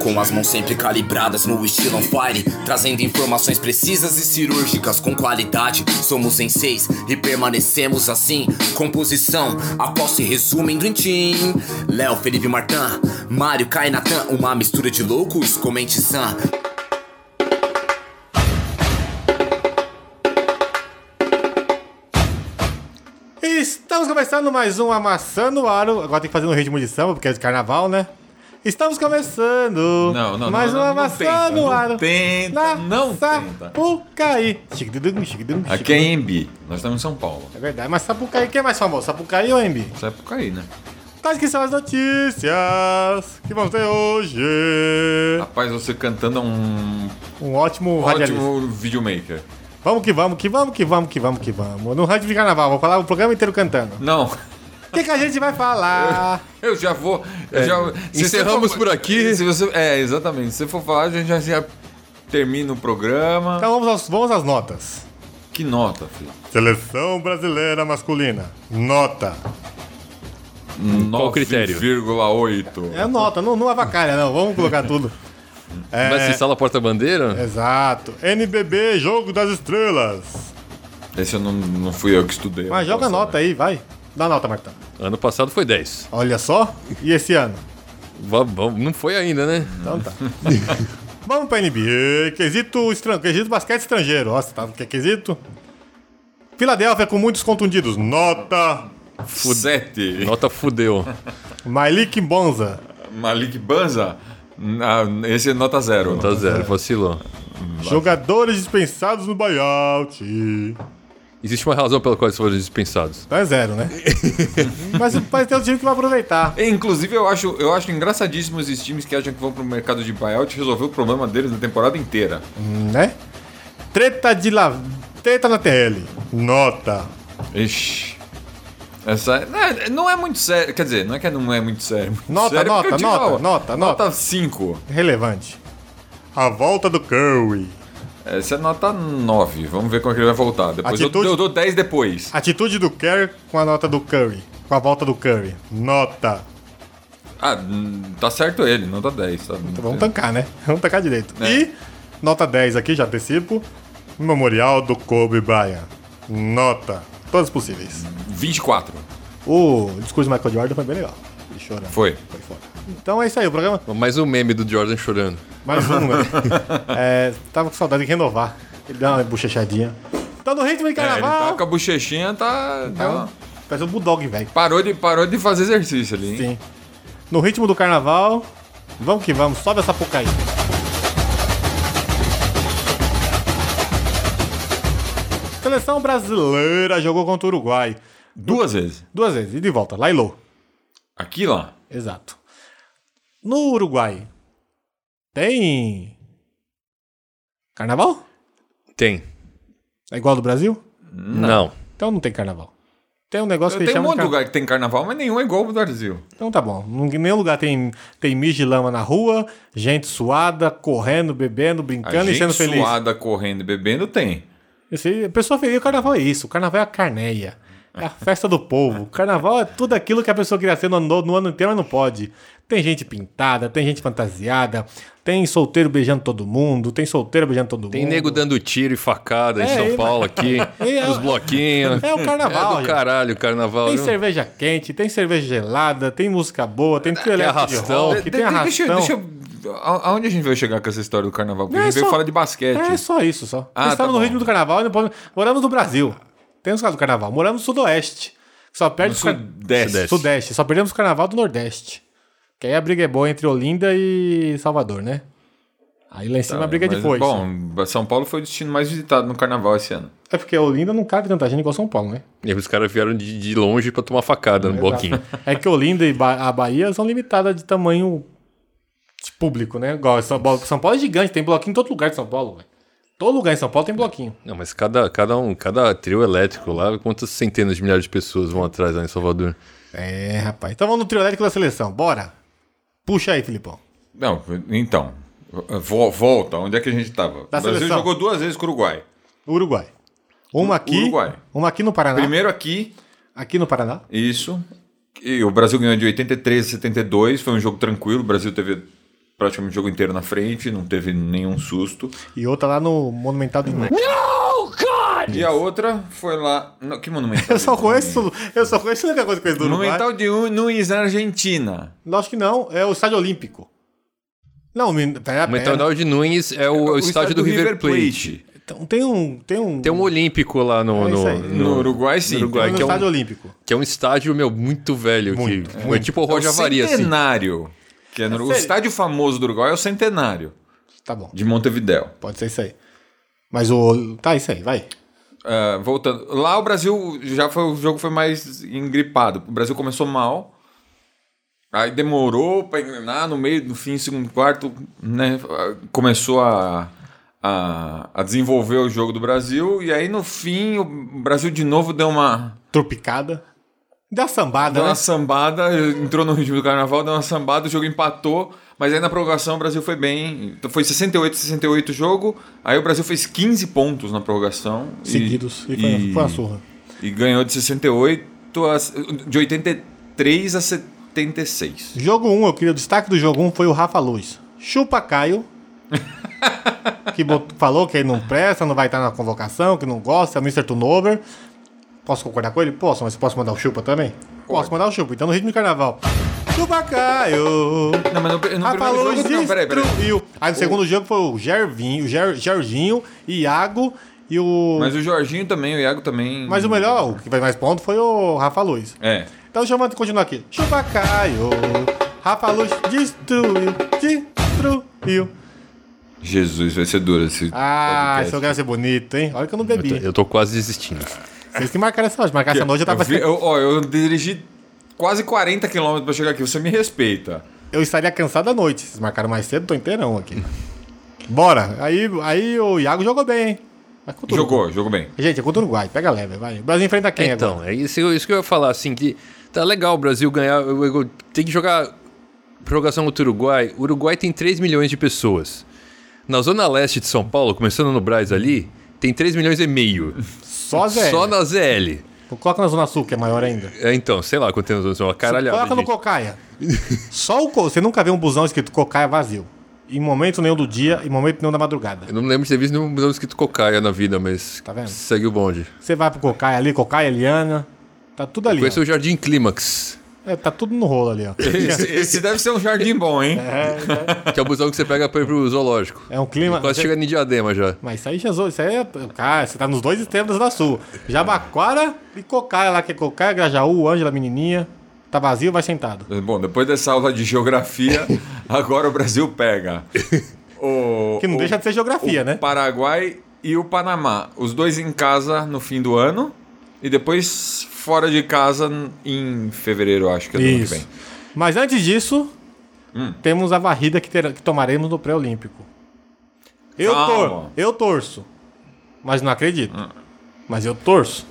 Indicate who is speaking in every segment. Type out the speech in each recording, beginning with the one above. Speaker 1: Com as mãos sempre calibradas no estilo on fire Trazendo informações precisas e cirúrgicas com qualidade Somos em seis e permanecemos assim Composição, a qual se resume em Dream Team Léo, Felipe Martin, Mário, Kai, Natan Uma mistura de loucos, comente sã
Speaker 2: Estamos começando mais um Amassando o Aro. Agora tem que fazer um ritmo de samba, porque é de carnaval, né? Estamos começando
Speaker 3: Não, não,
Speaker 2: mais
Speaker 3: não,
Speaker 2: um
Speaker 3: não, não
Speaker 2: Amassando
Speaker 3: tenta,
Speaker 2: o Aro.
Speaker 3: Não tenta,
Speaker 2: na
Speaker 3: não tenta.
Speaker 2: Sapucaí. Chiquidudum, chiquidudum,
Speaker 3: Aqui é Embi, nós estamos em São Paulo.
Speaker 2: É verdade, mas Sapucaí, quem é mais famoso? Sapucaí ou Embi?
Speaker 3: Essa época aí, né?
Speaker 2: Quais que são as notícias que vamos ter hoje?
Speaker 3: Rapaz, você cantando é um
Speaker 2: Um ótimo radialista.
Speaker 3: ótimo videomaker.
Speaker 2: Vamos que vamos, que vamos, que vamos, que vamos, que vamos. No rádio de carnaval, vou falar o programa inteiro cantando.
Speaker 3: Não,
Speaker 2: O que, que a gente vai falar?
Speaker 3: eu já vou. eu já- se
Speaker 4: É, encerramos
Speaker 3: você
Speaker 4: por aqui.
Speaker 3: Se você, é, exatamente. Se você for falar, a gente já, já termina o programa.
Speaker 2: Então vamos, aos, vamos às notas.
Speaker 3: Que nota, filho?
Speaker 2: Seleção brasileira masculina. Nota.
Speaker 4: Qual o critério?
Speaker 3: 9,8.
Speaker 2: É nota, não, não avacalha, não. Vamos colocar tudo. É.
Speaker 4: Vai se sala porta-bandeira?
Speaker 2: Exato. NBB, Jogo das Estrelas.
Speaker 4: É.
Speaker 3: Esse eu não, não fui eu que estudei. eu
Speaker 2: Mas
Speaker 3: não
Speaker 2: joga a
Speaker 3: posso
Speaker 2: nota
Speaker 3: saber.
Speaker 2: aí, vai. Dá nota, Martão.
Speaker 4: Ano passado foi 10.
Speaker 2: Olha só. E esse ano?
Speaker 4: Va- va- Não foi ainda, né?
Speaker 2: Então tá. Vamos pra NBA. Quesito, estran... quesito basquete estrangeiro. Nossa, tá? Que quesito? Filadélfia com muitos contundidos. Nota.
Speaker 3: Sete.
Speaker 4: Nota fudeu.
Speaker 2: Malik Bonza.
Speaker 3: Malik Banza? Ah, esse é nota zero.
Speaker 4: Tá zero, vacilou.
Speaker 2: Jogadores dispensados no buyout.
Speaker 4: Existe uma razão pela qual eles foram dispensados.
Speaker 2: Então é zero, né? mas, mas tem um time que vai aproveitar.
Speaker 3: Inclusive, eu acho, eu acho engraçadíssimo esses times que acham que vão pro mercado de buyout resolver o problema deles na temporada inteira.
Speaker 2: né? Treta de la... Treta na TL. Nota.
Speaker 3: Ixi. Essa, né, não é muito sério. Quer dizer, não é que não é muito sério. é muito
Speaker 2: Nota,
Speaker 3: sério,
Speaker 2: nota,
Speaker 3: porque eu
Speaker 2: nota,
Speaker 3: digo, ó,
Speaker 2: nota, nota.
Speaker 3: Nota 5.
Speaker 2: Relevante. A volta do Curry.
Speaker 3: Essa é nota 9. Vamos ver como é que ele vai voltar. Depois eu-
Speaker 2: Atitude-
Speaker 3: eu, dou 10 depois.
Speaker 2: Atitude do Curry com a nota do Curry. Com a volta do Curry. Nota.
Speaker 3: Ah, hum, tá certo ele, nota 10. Tá,
Speaker 2: Então vamos tancar, né? Vamos tancar direito.
Speaker 3: É.
Speaker 2: E nota 10 aqui, já antecipo. Memorial do Kobe Bryant. Nota. Todas possíveis.
Speaker 3: 24.
Speaker 2: O discurso do Michael Jordan foi bem legal. Ele chorando.
Speaker 3: Hum. Foi.
Speaker 2: Foi foda. Então é isso aí, o programa.
Speaker 4: Mais um meme do Jordan chorando.
Speaker 2: Mais um, né? É, tava com saudade de renovar. Ele dá uma bochechadinha. Tá no ritmo de
Speaker 3: É, ele tá
Speaker 2: carnaval.
Speaker 3: com a bochechinha,
Speaker 2: Então.
Speaker 3: tá. deu uma-
Speaker 2: Parece um bulldog, velho.
Speaker 3: Parou, de, parou de fazer exercício ali, hein?
Speaker 2: Sim. No ritmo do carnaval. Vamos que vamos, sobe essa porca aí. Seleção brasileira jogou contra o Uruguai.
Speaker 3: Duas vezes.
Speaker 2: Duas vezes, e de volta. Lá e lou.
Speaker 3: Aqui lá.
Speaker 2: Exato. No Uruguai. Tem. Carnaval?
Speaker 4: Tem.
Speaker 2: É igual ao do Brasil?
Speaker 4: Não.
Speaker 2: Então não tem carnaval. Tem um negócio que eles
Speaker 3: Tem um
Speaker 2: chamam
Speaker 3: monte de
Speaker 2: de carnaval.
Speaker 3: lugar que tem carnaval, mas nenhum é igual ao Brasil.
Speaker 2: Então tá bom. Em nenhum lugar tem, tem mijo de lama na rua, gente suada, correndo, bebendo,
Speaker 3: A
Speaker 2: brincando e
Speaker 3: gente
Speaker 2: sendo feliz.
Speaker 3: suada, correndo e bebendo tem.
Speaker 2: Esse, a pessoa feliz, o carnaval é isso. O carnaval é a carneia. É a festa do povo. O carnaval é tudo aquilo que a pessoa queria ser no, ano- no ano inteiro, mas não pode. Tem gente pintada, tem gente fantasiada, tem solteiro beijando todo mundo, tem solteiro beijando todo
Speaker 4: Tem
Speaker 2: mundo.
Speaker 4: nego dando tiro e facada em
Speaker 2: É,
Speaker 4: São
Speaker 2: e-
Speaker 4: Paulo
Speaker 2: E
Speaker 4: aqui.
Speaker 2: é-
Speaker 4: Nos bloquinhos.
Speaker 2: É o carnaval,
Speaker 4: É do
Speaker 2: gente.
Speaker 4: caralho o carnaval.
Speaker 2: Tem
Speaker 4: viu?
Speaker 2: cerveja quente, tem cerveja gelada, tem música boa, tem trilha elétrica de
Speaker 4: arrastão.
Speaker 2: rock, tem arrastão.
Speaker 3: deixa, deixa eu- a- Aonde a gente veio chegar com essa história do carnaval? Porque
Speaker 2: Não,
Speaker 3: a
Speaker 2: é
Speaker 3: gente veio
Speaker 2: só-
Speaker 3: falar de basquete.
Speaker 2: É só isso, só.
Speaker 3: Ah,
Speaker 2: Nós estamos
Speaker 3: tá
Speaker 2: no
Speaker 3: bom.
Speaker 2: ritmo do carnaval, e não podemos- moramos no Brasil. Temos caso do carnaval. Moramos no Sudoeste. que Só perde
Speaker 3: No
Speaker 2: os car-
Speaker 3: Sudeste.
Speaker 2: Sudeste. Só perdemos o carnaval do Nordeste. Que aí a briga é boa entre Olinda e Salvador, né? Aí lá em cima a briga é
Speaker 3: Tá, Mas,
Speaker 2: depois.
Speaker 3: Bom, São Paulo foi o destino mais visitado no carnaval esse ano.
Speaker 2: É porque Olinda não cabe tanta gente igual São Paulo, né?
Speaker 4: E os caras vieram de, de longe pra tomar facada no bloquinho.
Speaker 2: É que Olinda e Ba- a Bahia são limitadas de tamanho de público, né? Igual São Paulo. São Paulo é gigante, tem bloquinho em todo lugar de São Paulo, velho. Todo lugar em São Paulo tem bloquinho.
Speaker 4: Não, mas cada, cada um, cada trio elétrico lá, quantas centenas de milhares de pessoas vão atrás lá em Salvador?
Speaker 2: É, rapaz. Então vamos no trio elétrico da seleção. Bora. Puxa aí, Filipão.
Speaker 3: Não, então. vo- Volta, onde é que a gente tava? o Brasil
Speaker 2: seleção.
Speaker 3: jogou duas vezes com o Uruguai.
Speaker 2: Uruguai. Uma aqui.
Speaker 3: Uruguai.
Speaker 2: Uma aqui no Paraná.
Speaker 3: Primeiro aqui,
Speaker 2: Aqui no Paraná.
Speaker 3: Isso. E o Brasil ganhou de 83 a 72, foi um jogo tranquilo. O Brasil teve praticamente o jogo inteiro na frente, não teve nenhum susto.
Speaker 2: E outra lá no Monumental do Inglês.
Speaker 3: E a outra foi lá. no- que monumental?
Speaker 2: Eu só
Speaker 3: de-
Speaker 2: conheço, eu só conheço a única coisa que eu do Uruguai.
Speaker 3: Monumental de Nunes na Argentina.
Speaker 2: Não, acho que não, é o Estádio Olímpico. Não, me- tá aí a
Speaker 4: O Mental de Nunes é o, é o estádio do River Plate.
Speaker 2: Então tem um. Tem um.
Speaker 4: Tem um olímpico lá no,
Speaker 2: É isso
Speaker 4: no,
Speaker 2: aí.
Speaker 3: No
Speaker 4: no-
Speaker 3: Uruguai, sim.
Speaker 4: no Uruguai,
Speaker 2: no
Speaker 4: que é,
Speaker 2: Estádio
Speaker 4: um,
Speaker 2: Olímpico.
Speaker 4: que é um estádio, meu, muito velho.
Speaker 2: Muito,
Speaker 4: que, É tipo o Roger
Speaker 3: é o
Speaker 4: Avaria, assim.
Speaker 3: centenário. Que é no- o
Speaker 2: sério?
Speaker 3: estádio famoso do Uruguai é o centenário
Speaker 2: Tá bom.
Speaker 3: de Montevideo.
Speaker 2: Pode ser isso aí. Mas o. Tá, isso aí, vai.
Speaker 3: Ah, voltando. Lá o Brasil já foi. O jogo foi mais engripado. O Brasil começou mal. Aí demorou pra engrenar no meio, no fim, segundo quarto, né? ah, Começou a, a, a desenvolver o jogo do Brasil. E aí no fim o Brasil de novo deu uma,
Speaker 2: Tropicada. Dá sambada,
Speaker 3: deu
Speaker 2: né?
Speaker 3: uma sambada, entrou no ritmo do carnaval, deu uma sambada, o jogo empatou, mas aí na prorrogação o Brasil foi bem. Então foi 68, 68 o jogo, aí o Brasil fez 15 pontos na prorrogação. e-
Speaker 2: né? Seguidos. E, foi, foi uma surra.
Speaker 3: e ganhou de 68 a, de 83 a 76.
Speaker 2: Jogo 1, eu queria o destaque do jogo 1 foi o Rafa Luz. Chupa Caio. que bot- falou que ele não presta, não vai estar na convocação, que não gosta, é o Mr. Turnover. Posso concordar com ele? Posso, mas posso mandar o chupa também? Posso mandar o chupa, então no ritmo de carnaval. Chupa Caio.
Speaker 3: Não, mas no, no
Speaker 2: Rafa
Speaker 3: primeiro
Speaker 2: Luz
Speaker 3: jogo, não, peraí, peraí.
Speaker 2: destruiu. Aí no segundo jogo foi o Gervinho, o Ger, Jorginho, Iago e o. Mas,
Speaker 3: Mas o Jorginho também, o Iago também.
Speaker 2: o melhor, o que fez mais ponto foi o Rafa Luz.
Speaker 3: É.
Speaker 2: Então deixa eu continuar aqui. Chupa Caio. Rafa Luz destruiu, destruiu.
Speaker 3: Jesus, vai ser duro esse.
Speaker 2: Ah,
Speaker 3: podcast.
Speaker 2: se eu quero ser bonito, hein? Olha que eu não
Speaker 4: Eu tô,
Speaker 2: bebi.
Speaker 4: eu tô quase desistindo.
Speaker 2: Vocês que marcaram essa noite. Marcar essa noite eu tava. assim,
Speaker 3: Eu, vi- eu- ó, eu dirigi quase 40 quilômetros pra chegar aqui, você me respeita.
Speaker 2: Eu estaria cansado à noite. Vocês marcaram mais cedo, tô inteirão aqui. Bora. Aí, aí o Iago jogou bem, hein? Mas contra o
Speaker 3: Jogou, jogou bem.
Speaker 2: Gente, é contra o Uruguai. Pega leve, vai. O Brasil enfrenta quem agora?
Speaker 4: então, é isso, isso que eu ia falar, assim, que tá legal o Brasil ganhar. eu- eu- Tem que jogar prorrogação contra o Uruguai. O Uruguai tem 3 milhões de pessoas. Na zona leste de São Paulo, começando no Braz ali, tem 3 milhões e meio.
Speaker 2: Só Zé.
Speaker 4: Só na ZL.
Speaker 2: Coloca na Zona Sul, que é maior ainda.
Speaker 4: É, então, sei lá quanto tem na zona, uma caralhada.
Speaker 2: Coloca no
Speaker 4: gente.
Speaker 2: Cocaia. Só o co... Você nunca vê um busão escrito Cocaia vazio. Em momento nenhum do dia, em momento nenhum da madrugada.
Speaker 4: Eu não lembro de ter visto nenhum museu escrito cocaia na vida, mas
Speaker 2: Tá vendo?
Speaker 4: segue o bonde.
Speaker 2: Você vai pro Cocaia ali, Cocaia, Eliana. Tá tudo ali.
Speaker 4: Conhece
Speaker 2: ó.
Speaker 4: o Jardim Clímax,
Speaker 2: É, tá tudo no rolo ali, ó.
Speaker 3: Esse, esse deve ser um jardim bom, hein?
Speaker 4: que é o busão que você pega pra ir pro zoológico.
Speaker 2: É um clima.
Speaker 4: Quase chega em Diadema já.
Speaker 2: Mas isso aí já zo- isso aí é. Cara, você tá nos dois extremos da Zona Sul. Jabaquara e Cocaia lá, que é Cocaia, Grajaú, Ângela, menininha. Tá vazio, vai sentado.
Speaker 3: Bom, depois dessa aula de geografia, agora o Brasil pega. O,
Speaker 2: Que não
Speaker 3: o-
Speaker 2: deixa de ser geografia,
Speaker 3: o
Speaker 2: né?
Speaker 3: Paraguai e o Panamá. Os dois em casa no fim do ano e depois fora de casa em fevereiro, acho que é do ano que vem. Hum.
Speaker 2: Isso. Mas antes disso, temos a varrida que, ter- que tomaremos no pré-olímpico. Eu,
Speaker 3: Calma. Hum.
Speaker 2: tor eu torço. Mas não acredito. Mas eu torço.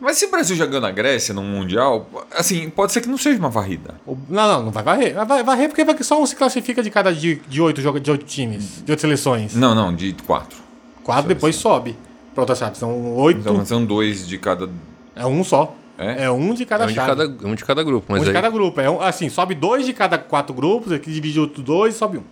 Speaker 3: Mas se o Brasil já ganhou na Grécia no Mundial, assim, pode ser que não seja uma varrida.
Speaker 2: O- Não, não, não vai varrer. Vai- Vai varrer porque vai que só um se classifica de cada de, de oito joga- de oito times, de oito seleções.
Speaker 3: Não, não, de quatro.
Speaker 2: Quatro depois sobe. Pra outra chave. São oito.
Speaker 3: Então são dois de cada.
Speaker 2: é um só.
Speaker 3: É?
Speaker 2: um de cada
Speaker 4: É um de
Speaker 2: chave.
Speaker 4: cada, um de cada grupo, mas
Speaker 2: Um de
Speaker 4: aí...
Speaker 2: cada grupo. É um- assim, sobe dois de cada quatro grupos, aqui divide outro dois, sobe um.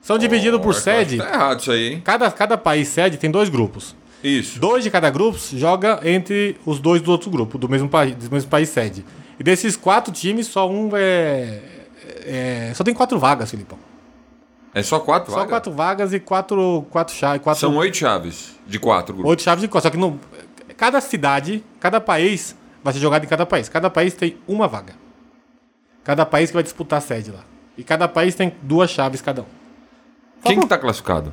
Speaker 2: São divididos por
Speaker 3: Olha, eu acho
Speaker 2: sede.
Speaker 3: que Tá errado isso aí,
Speaker 4: é.
Speaker 3: hein?
Speaker 2: Cada, cada país sede tem dois grupos.
Speaker 3: Isso.
Speaker 2: Dois de cada grupo joga entre os dois do outro grupo, do mesmo, país do mesmo país sede. E desses quatro times, só um é. é- só tem quatro vagas, Filipão.
Speaker 3: É só quatro
Speaker 2: Só
Speaker 3: vagas?
Speaker 2: quatro vagas e quatro, quatro chaves. Quatro,
Speaker 3: São oito chaves de quatro grupos.
Speaker 2: oito chaves de quatro. Só que não, cada cidade, cada país vai ser jogado em cada país. Cada país tem uma vaga. Cada país que vai disputar a sede lá. E cada país tem duas chaves cada um.
Speaker 3: Quem que tá classificado?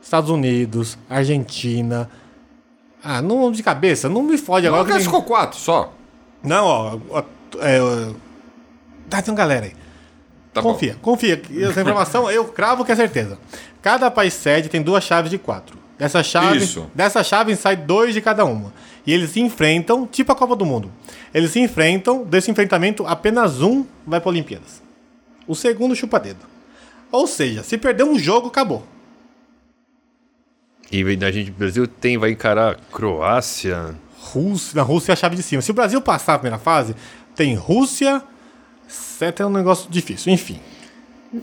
Speaker 2: Estados Unidos, Argentina. Ah, não de cabeça, não me fode agora.
Speaker 3: Não,
Speaker 2: que nem-
Speaker 3: classificou quatro só.
Speaker 2: Não, ó. ó, é, ó, tá, tem um galera aí.
Speaker 3: Tá bom.
Speaker 2: confia, confia. que Essa informação eu cravo que é certeza. Cada país sede tem duas chaves de quatro. Dessa chave,
Speaker 3: Isso.
Speaker 2: dessa chave sai dois de cada uma. E eles se enfrentam, tipo a Copa do Mundo. Eles se enfrentam, desse enfrentamento, apenas um vai para Olimpíadas. O segundo chupa dedo. Ou seja, se perder um jogo, acabou.
Speaker 4: E a gente, o Brasil tem, vai encarar Croácia.
Speaker 2: Rússia, na Rússia é a chave de cima. Se o Brasil passar a primeira fase, tem Rússia, certo? É um negócio difícil. Enfim.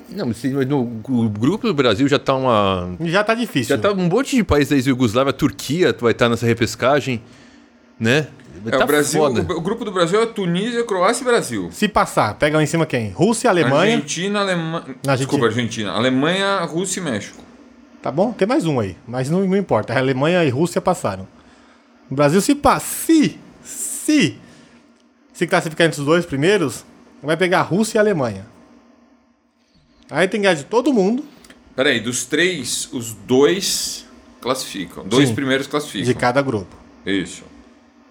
Speaker 4: Não, mas se- mas no o grupo do Brasil já tá uma.
Speaker 2: Já tá difícil.
Speaker 4: Já tá um monte de país da ex-Yugoslávia, a Turquia vai estar nessa repescagem, né?
Speaker 3: É,
Speaker 4: Tá
Speaker 3: o, Brasil,
Speaker 4: foda.
Speaker 3: o, o grupo do Brasil é Tunísia, Croácia e Brasil.
Speaker 2: Se passar, pega lá em cima quem? Rússia, Alemanha.
Speaker 3: Argentina, Alemanha.
Speaker 2: Na
Speaker 3: Desculpa, Argentina. Alemanha, Rússia e México.
Speaker 2: Tá bom? Tem mais um aí. Mas não, não importa. A Alemanha e Rússia passaram. O Brasil se passa. Se, se se classificar entre os dois primeiros, vai pegar a Rússia e a Alemanha. Aí tem que ganhar de todo mundo.
Speaker 3: Peraí, dos três, os dois classificam. Dois
Speaker 2: Sim.
Speaker 3: primeiros
Speaker 2: de
Speaker 3: classificam.
Speaker 2: cada grupo.
Speaker 3: Isso.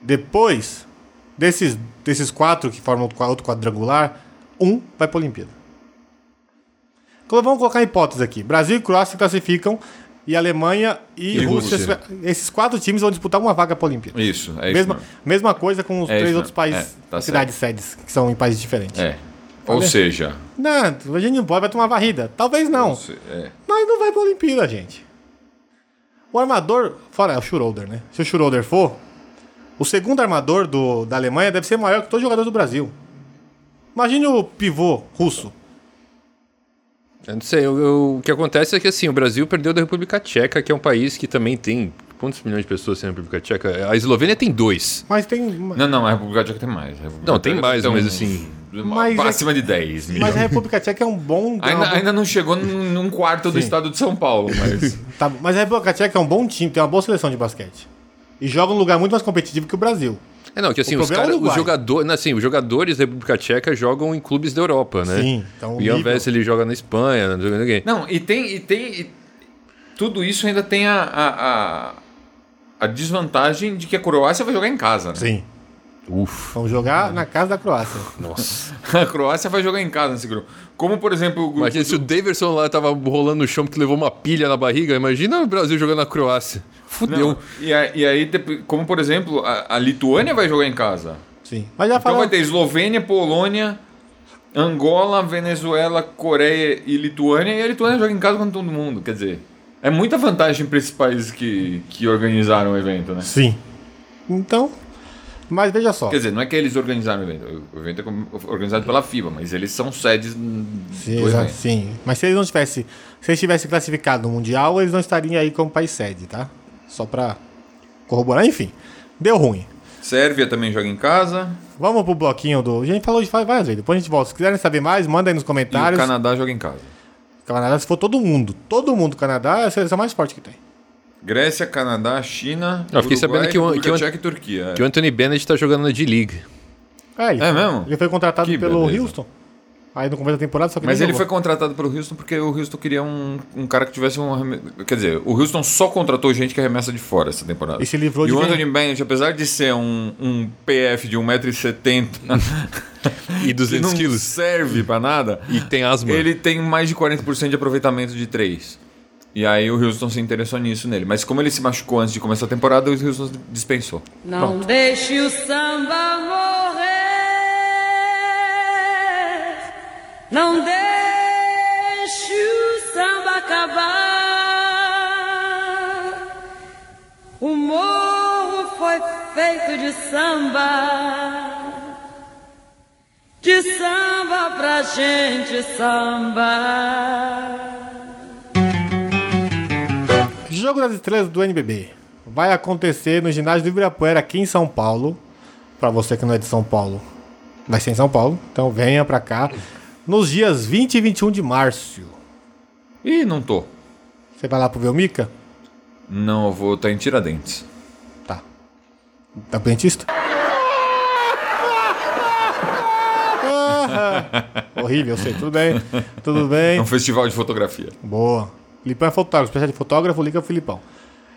Speaker 2: Depois, desses, desses quatro que formam outro qua- outro quadrangular, um vai para a Olimpíada. Colo- Vamos colocar hipótese aqui. Brasil e Croácia se classificam e Alemanha e,
Speaker 4: E
Speaker 2: Rússia.
Speaker 4: Rússia.
Speaker 2: Esses quatro times vão disputar uma vaga para a Olimpíada.
Speaker 3: Isso. É isso.
Speaker 2: mesma,
Speaker 3: mesmo.
Speaker 2: mesma coisa com os
Speaker 3: É
Speaker 2: três
Speaker 3: isso
Speaker 2: outros
Speaker 3: mesmo.
Speaker 2: países,
Speaker 3: É, tá
Speaker 2: cidades sedes, que são em países diferentes.
Speaker 3: É.
Speaker 2: Tá
Speaker 3: Ou seja.
Speaker 2: Não, a gente não pode, vai tomar varrida. Talvez não.
Speaker 3: ou se- é.
Speaker 2: Mas não vai pra Olimpíada, gente. O armador, fora o Schroeder, né? Se o Schroeder for, o segundo armador do, da Alemanha deve ser maior que todos os jogadores do Brasil. Imagine o pivô russo.
Speaker 4: Eu não sei, eu- eu- o que acontece é que assim, o Brasil perdeu da República Tcheca, que é um país que também tem. Quantos milhões de pessoas tem na República Tcheca? A Eslovênia tem dois.
Speaker 2: Mas tem. ma-
Speaker 3: Não, não, a República Tcheca tem mais. A República
Speaker 4: Não, tem
Speaker 3: Tcheca
Speaker 4: mais,
Speaker 3: tem
Speaker 4: mas
Speaker 3: uns-
Speaker 4: assim-
Speaker 3: uma-
Speaker 2: Mas é-
Speaker 3: Acima de 10 milhões.
Speaker 2: Mas a República Tcheca é um bom. é uma
Speaker 3: Ainda,
Speaker 2: bo-
Speaker 3: ainda não chegou num, num quarto do estado de São Paulo, mas.
Speaker 2: tá bom. mas a República Tcheca é um bom time, tem uma boa seleção de basquete. E joga num lugar muito mais competitivo que o Brasil.
Speaker 4: É não, que assim,
Speaker 2: O
Speaker 4: os,
Speaker 2: problema é o
Speaker 4: cara, os,
Speaker 2: Uruguai.
Speaker 4: jogador, não, assim, os jogadores da República Tcheca jogam em clubes da Europa, né?
Speaker 2: Sim, então o
Speaker 4: O Ian
Speaker 2: nível-
Speaker 4: Vesely joga na Espanha, não sei o quê.
Speaker 3: Não, e tem. E tem e tudo isso ainda tem a, a, a, a desvantagem de que a Croácia vai jogar em casa, né?
Speaker 2: Sim.
Speaker 4: Uf,
Speaker 2: Vamos jogar na casa da Croácia.
Speaker 4: nossa.
Speaker 3: A Croácia vai jogar em casa nesse grupo. Como, por exemplo, o grupo.
Speaker 4: Imagina se o Daverson lá tava rolando no chão porque levou uma pilha na barriga. Imagina o Brasil jogando na Croácia. Fudeu.
Speaker 3: Não, e, a- e aí, dep- como por exemplo, a, a Lituânia vai jogar em casa.
Speaker 2: Sim. Mas já
Speaker 3: Então
Speaker 2: falamos.
Speaker 3: vai ter Eslovênia, Polônia, Angola, Venezuela, Coreia e Lituânia. E a Lituânia joga em casa com todo mundo. Quer dizer, é muita vantagem para esses países que, que organizaram o evento, né?
Speaker 2: Sim. Então. Mas veja só.
Speaker 3: Quer dizer, não é que eles organizaram o evento. O evento é com- organizado pela FIBA, mas eles são sedes hum,
Speaker 2: Sim,
Speaker 3: do
Speaker 2: exa-
Speaker 3: evento.
Speaker 2: sim. Mas se eles não tivessem. Se eles tivessem classificado no Mundial, eles não estariam aí como país sede, tá? Só pra corroborar, enfim. Deu ruim.
Speaker 3: Sérvia também joga em casa.
Speaker 2: Vamos pro bloquinho do. A gente falou de várias vezes. Depois a gente volta. Se quiserem saber mais, manda aí nos
Speaker 3: E o
Speaker 2: comentários.
Speaker 3: Canadá joga em casa.
Speaker 2: Canadá, se for todo mundo. Todo mundo, Canadá é a seleção mais forte que tem.
Speaker 3: Grécia, Canadá, China.
Speaker 4: Eu
Speaker 3: Uruguai,
Speaker 4: fiquei sabendo que o-
Speaker 3: República
Speaker 4: que o-
Speaker 3: Tcheca e Turquia. é.
Speaker 4: Que o Anthony Bennett tá jogando na D-League.
Speaker 2: É, ele,
Speaker 3: É mesmo?
Speaker 2: Ele foi contratado
Speaker 3: Que
Speaker 2: pelo
Speaker 3: beleza.
Speaker 2: Houston. Aí no começo da temporada, só que
Speaker 3: Mas
Speaker 2: nem
Speaker 3: ele foi
Speaker 2: jogou.
Speaker 3: contratado pelo Houston porque o Houston queria um, um cara que tivesse um. arreme- Quer dizer, o Houston só contratou gente que arremessa de fora essa temporada.
Speaker 2: E se livrou
Speaker 3: e
Speaker 2: de
Speaker 3: o
Speaker 2: quem?
Speaker 3: Anthony Bennett, apesar de ser um, um PF de 1,70m
Speaker 4: E
Speaker 3: que
Speaker 4: 200
Speaker 3: não
Speaker 4: quilos.
Speaker 3: serve pra nada,
Speaker 4: E tem asma.
Speaker 3: ele tem mais de 40% de aproveitamento de 3. E aí o Houston se interessou nisso nele. Mas como ele se machucou antes de começar a temporada, o Houston dispensou.
Speaker 5: Não deixe o samba morrer. Não deixe o samba acabar. O morro foi feito de samba. De samba pra gente sambar.
Speaker 2: Jogo das Estrelas do NBB vai acontecer no ginásio do Ibirapuera aqui em São Paulo. Pra você que não é de São Paulo, vai ser em São Paulo. Então venha pra cá nos dias 20 e 21 de março.
Speaker 3: Ih, não tô.
Speaker 2: Você vai lá pro Velmica?
Speaker 3: Não, eu vou estar em Tiradentes.
Speaker 2: Tá. Tá pro dentista? Ah, horrível, eu sei. Tudo bem. Tudo bem.
Speaker 3: É um festival de fotografia.
Speaker 2: Boa. Filipão é fotógrafo, especial de fotógrafo, liga pro Filipão.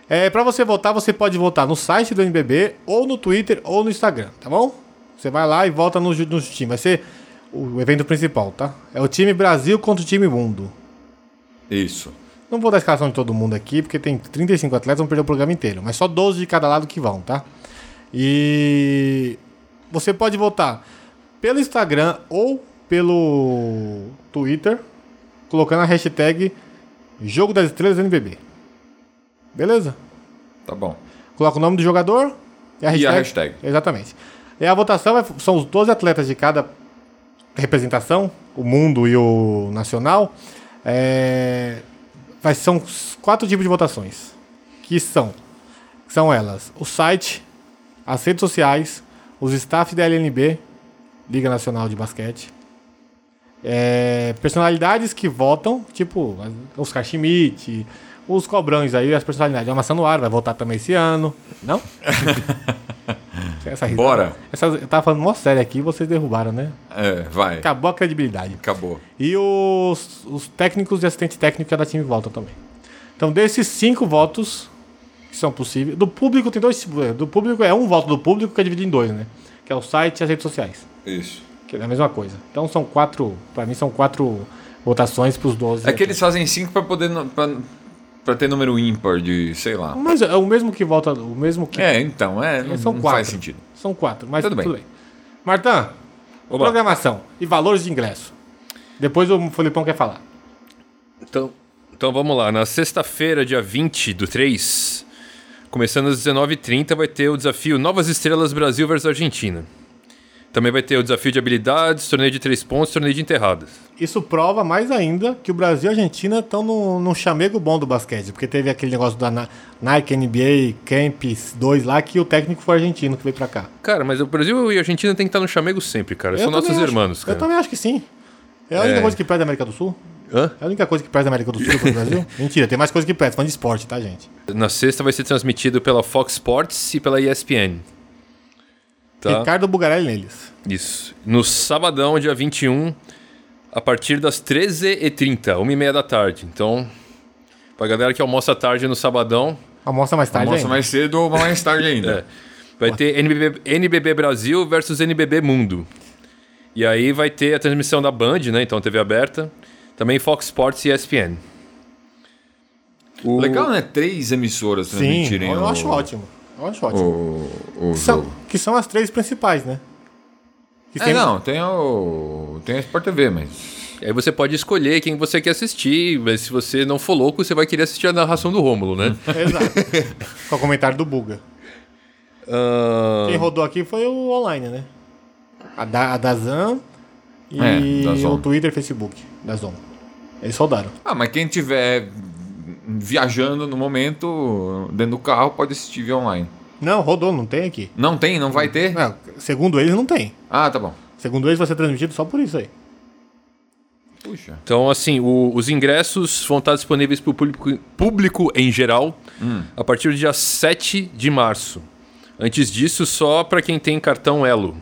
Speaker 2: É, pra você votar, você pode votar no site do NBB, ou no Twitter, ou no Instagram, tá bom? Você vai lá e vota nos no times. Vai ser o evento principal, tá? É o time Brasil contra o time Mundo.
Speaker 3: Isso.
Speaker 2: Não vou dar a escalação de todo mundo aqui, porque tem 35 atletas, vão perder o programa inteiro. Mas só 12 de cada lado que vão, tá? E você pode votar pelo Instagram ou pelo Twitter, colocando a hashtag Jogo das Estrelas NBB. Beleza?
Speaker 3: Tá bom.
Speaker 2: Coloca o nome do jogador e a
Speaker 3: E
Speaker 2: hashtag.
Speaker 3: a hashtag.
Speaker 2: Exatamente. E a votação é- são os 12 atletas de cada representação, o mundo e o nacional, é, vai, são os quatro tipos de votações. Que são? São elas: o site, as redes sociais, os staff da LNB, Liga Nacional de Basquete, é, personalidades que votam, tipo os Schmidt, os cobrões aí, as personalidades. É Amassando o ar, vai votar também esse ano. Não? Essa risada-
Speaker 3: Bora.
Speaker 2: Essa, eu tava falando mó sério aqui e vocês derrubaram, né?
Speaker 3: É, vai.
Speaker 2: Acabou a credibilidade.
Speaker 3: Acabou.
Speaker 2: E os, os técnicos e assistente técnico que é da time votam também. Então, desses cinco votos que são possíveis, do público tem dois tipos. Do público é um voto do público que é dividido em dois, né? Que é o site e as redes sociais.
Speaker 3: Isso.
Speaker 2: Que é a mesma coisa. Então são quatro. Pra mim são quatro votações pros 12.
Speaker 3: É que eles fazem cinco pra poder. nu- Pra, pra ter número ímpar de, sei lá.
Speaker 2: Mas é o mesmo que vota. O mesmo que.
Speaker 3: É, então, é. Não,
Speaker 2: são
Speaker 3: não
Speaker 2: quatro.
Speaker 3: faz sentido.
Speaker 2: São quatro, mas
Speaker 3: Tudo
Speaker 2: tudo
Speaker 3: bem.
Speaker 2: bem. Martã, programação e valores de ingresso. Depois o Felipão quer falar.
Speaker 4: Então, então vamos lá. Na sexta-feira, dia 20 do 3, começando às 19h30, vai ter o desafio Novas Estrelas Brasil versus Argentina. Também vai ter o desafio de habilidades, torneio de três pontos, torneio de enterradas.
Speaker 2: Isso prova mais ainda que o Brasil e a Argentina estão num, num chamego bom do basquete, porque teve aquele negócio da Na- Nike NBA Camps 2 lá que o técnico foi argentino que veio pra cá.
Speaker 4: Cara, mas o Brasil e a Argentina tem que estar no chamego sempre, cara. São
Speaker 2: também
Speaker 4: nossos
Speaker 2: acho-
Speaker 4: irmãos, cara.
Speaker 2: Eu também acho que sim. É a única
Speaker 4: É.
Speaker 2: coisa que perde a América do Sul?
Speaker 4: Hã?
Speaker 2: É a única coisa que perde a América do Sul pro Brasil? Mentira, tem mais coisa que perde, falando de esporte, tá, gente?
Speaker 4: Na sexta vai ser transmitido pela Fox Sports e pela ESPN. Tá?
Speaker 2: Ricardo Bugarelli neles.
Speaker 4: Isso. No sabadão, dia 21, a partir das 13h30, 1h30 da tarde. Então, pra galera que almoça à tarde no sabadão,
Speaker 2: Almoça mais tarde
Speaker 3: Almoça
Speaker 2: ainda.
Speaker 3: mais cedo ou mais tarde ainda.
Speaker 2: É.
Speaker 4: vai ter NBB, NBB Brasil versus NBB Mundo. E aí vai ter a transmissão da Band, né? Então, TV aberta. Também Fox Sports e ESPN.
Speaker 3: O- Legal, né? Três emissoras
Speaker 2: Sim,
Speaker 3: transmitirem.
Speaker 2: eu
Speaker 3: o-
Speaker 2: acho ótimo. Eu acho ótimo.
Speaker 3: O, o
Speaker 2: Que são,
Speaker 3: jogo.
Speaker 2: que são as três principais, né? Que
Speaker 3: É, não, tem o. Tem a Sport TV, mas.
Speaker 4: E aí você pode escolher quem você quer assistir, mas se você não for louco, você vai querer assistir a narração do Rômulo, né?
Speaker 2: Exato. Com o comentário do Buga.
Speaker 4: Ahn,
Speaker 2: Quem rodou aqui foi o online, né? A, da, a Dazan e
Speaker 3: É, Dazon.
Speaker 2: o Twitter e Facebook da Zon. Eles rodaram.
Speaker 3: Ah, mas quem tiver viajando no momento, dentro do carro, pode assistir via online.
Speaker 2: Não, rodou, não tem aqui.
Speaker 3: Não tem? Não vai ter?
Speaker 2: Não, segundo eles, não tem.
Speaker 3: Ah, tá bom.
Speaker 2: Segundo eles, vai ser transmitido só por isso aí.
Speaker 3: Puxa.
Speaker 4: Então, assim, o- os ingressos vão estar disponíveis para o público, público em geral
Speaker 2: Hum.
Speaker 4: a partir do dia 7 de março. Antes disso, só para quem tem cartão Elo.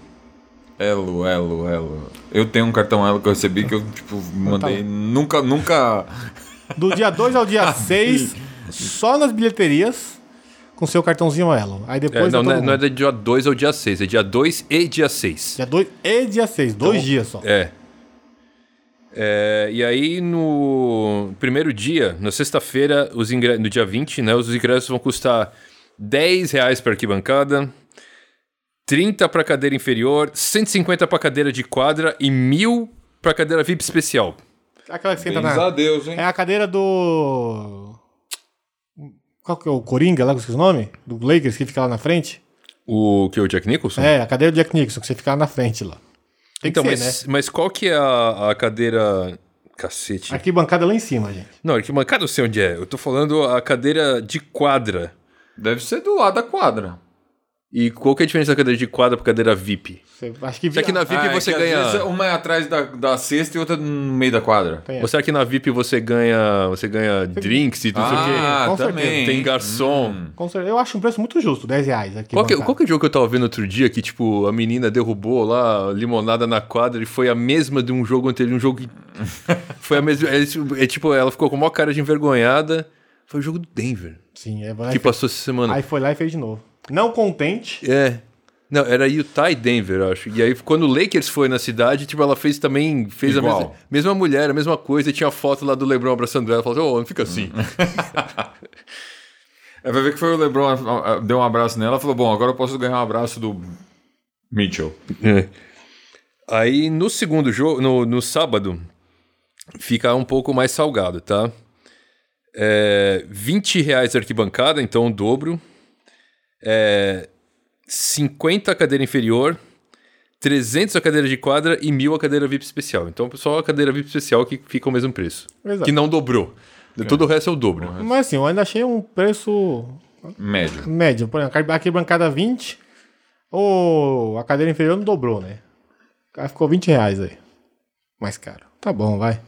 Speaker 3: Elo, elo, elo. Eu tenho um cartão elo que eu recebi que eu, tipo,
Speaker 2: Tá.
Speaker 3: mandei. Nunca, nunca.
Speaker 2: Do dia 2 ao
Speaker 4: Ah,
Speaker 2: dia 6, só nas bilheterias, com seu cartãozinho Elo. Aí
Speaker 4: É,
Speaker 2: depois.
Speaker 4: não,
Speaker 2: é
Speaker 4: não é,
Speaker 2: todo
Speaker 4: não é
Speaker 2: mundo.
Speaker 4: do dia 2 ao dia 6, é dia 2 e dia 6.
Speaker 2: Dia 2 e dia 6, dois dias só.
Speaker 4: É. É, E aí, no primeiro dia, na sexta-feira, os ingre- no dia 20, né, os ingressos vão custar 10 reais para arquibancada, 30 para cadeira inferior, 150 para cadeira de quadra e 1.000 para cadeira VIP especial.
Speaker 2: Aquela que senta
Speaker 3: Graças a
Speaker 2: na.
Speaker 3: Deus, hein?
Speaker 2: É a cadeira do. Qual que é o Coringa lá, que eu esqueci o nome? Do Lakers que fica lá na frente?
Speaker 4: O que? O Jack Nicholson?
Speaker 2: É, a cadeira do Jack Nixon, que você fica lá na frente lá. Tem
Speaker 4: então,
Speaker 2: que ser,
Speaker 4: mas, mas qual que é a, a cadeira... Cacete.
Speaker 2: né? Arquibancada lá em cima, gente.
Speaker 4: Não, arquibancada eu sei onde é. Eu tô falando a cadeira de quadra.
Speaker 3: Deve ser do lado da quadra.
Speaker 4: E qual que é a diferença da cadeira de quadra pra cadeira VIP?
Speaker 2: Você- acho que
Speaker 4: Será que na VIP
Speaker 3: é
Speaker 4: você
Speaker 3: que às
Speaker 4: ganha.
Speaker 3: vezes uma é atrás da, da cesta e outra no meio da quadra.
Speaker 2: Tem, é.
Speaker 4: Ou será que na VIP você ganha. Você ganha drinks e tudo isso aqui?
Speaker 3: Ah,
Speaker 2: com
Speaker 3: também. Hum.
Speaker 4: Tem garçom.
Speaker 2: Com certeza. Eu acho um preço muito justo, 10 reais aqui.
Speaker 4: Qual que, qual que é o jogo que eu tava vendo outro dia que, tipo, a menina derrubou lá a limonada na quadra e foi a mesma de um jogo anterior, um jogo que. foi a mesma. É, tipo- é tipo, ela ficou com a maior cara de envergonhada. Foi o jogo do Denver,
Speaker 2: Sim, é, vai-
Speaker 4: que passou essa semana.
Speaker 2: aí foi lá e fez de novo. Não contente,
Speaker 4: É. Não, era Utah e Denver, eu acho. E aí, quando o Lakers foi na cidade, tipo, ela fez também, fez
Speaker 3: Igual.
Speaker 4: a mesma, mesma mulher, a mesma coisa, e tinha a foto lá do Lebron abraçando ela, falou, ô, não fica assim.
Speaker 3: É, vai ver que foi o LeBron, a- a- deu um abraço nela e falou: Bom, agora eu posso ganhar um abraço do Mitchell.
Speaker 4: É. Aí no segundo jogo, no, no sábado, fica um pouco mais salgado, tá? É, 20 reais arquibancada, então o dobro. É, 50 cadeira inferior, 300 a cadeira de quadra e 1000 a cadeira VIP especial. Então, só a cadeira VIP especial que fica o mesmo preço.
Speaker 2: Exato.
Speaker 4: Que não dobrou. Todo o resto é o dobro.
Speaker 2: Mas assim, eu ainda achei um preço
Speaker 3: Médio.
Speaker 2: médio. Por exemplo, aqui bancada 20, ou a cadeira inferior não dobrou, né? Aí Ficou 20 reais aí. Mais caro. Tá bom, vai.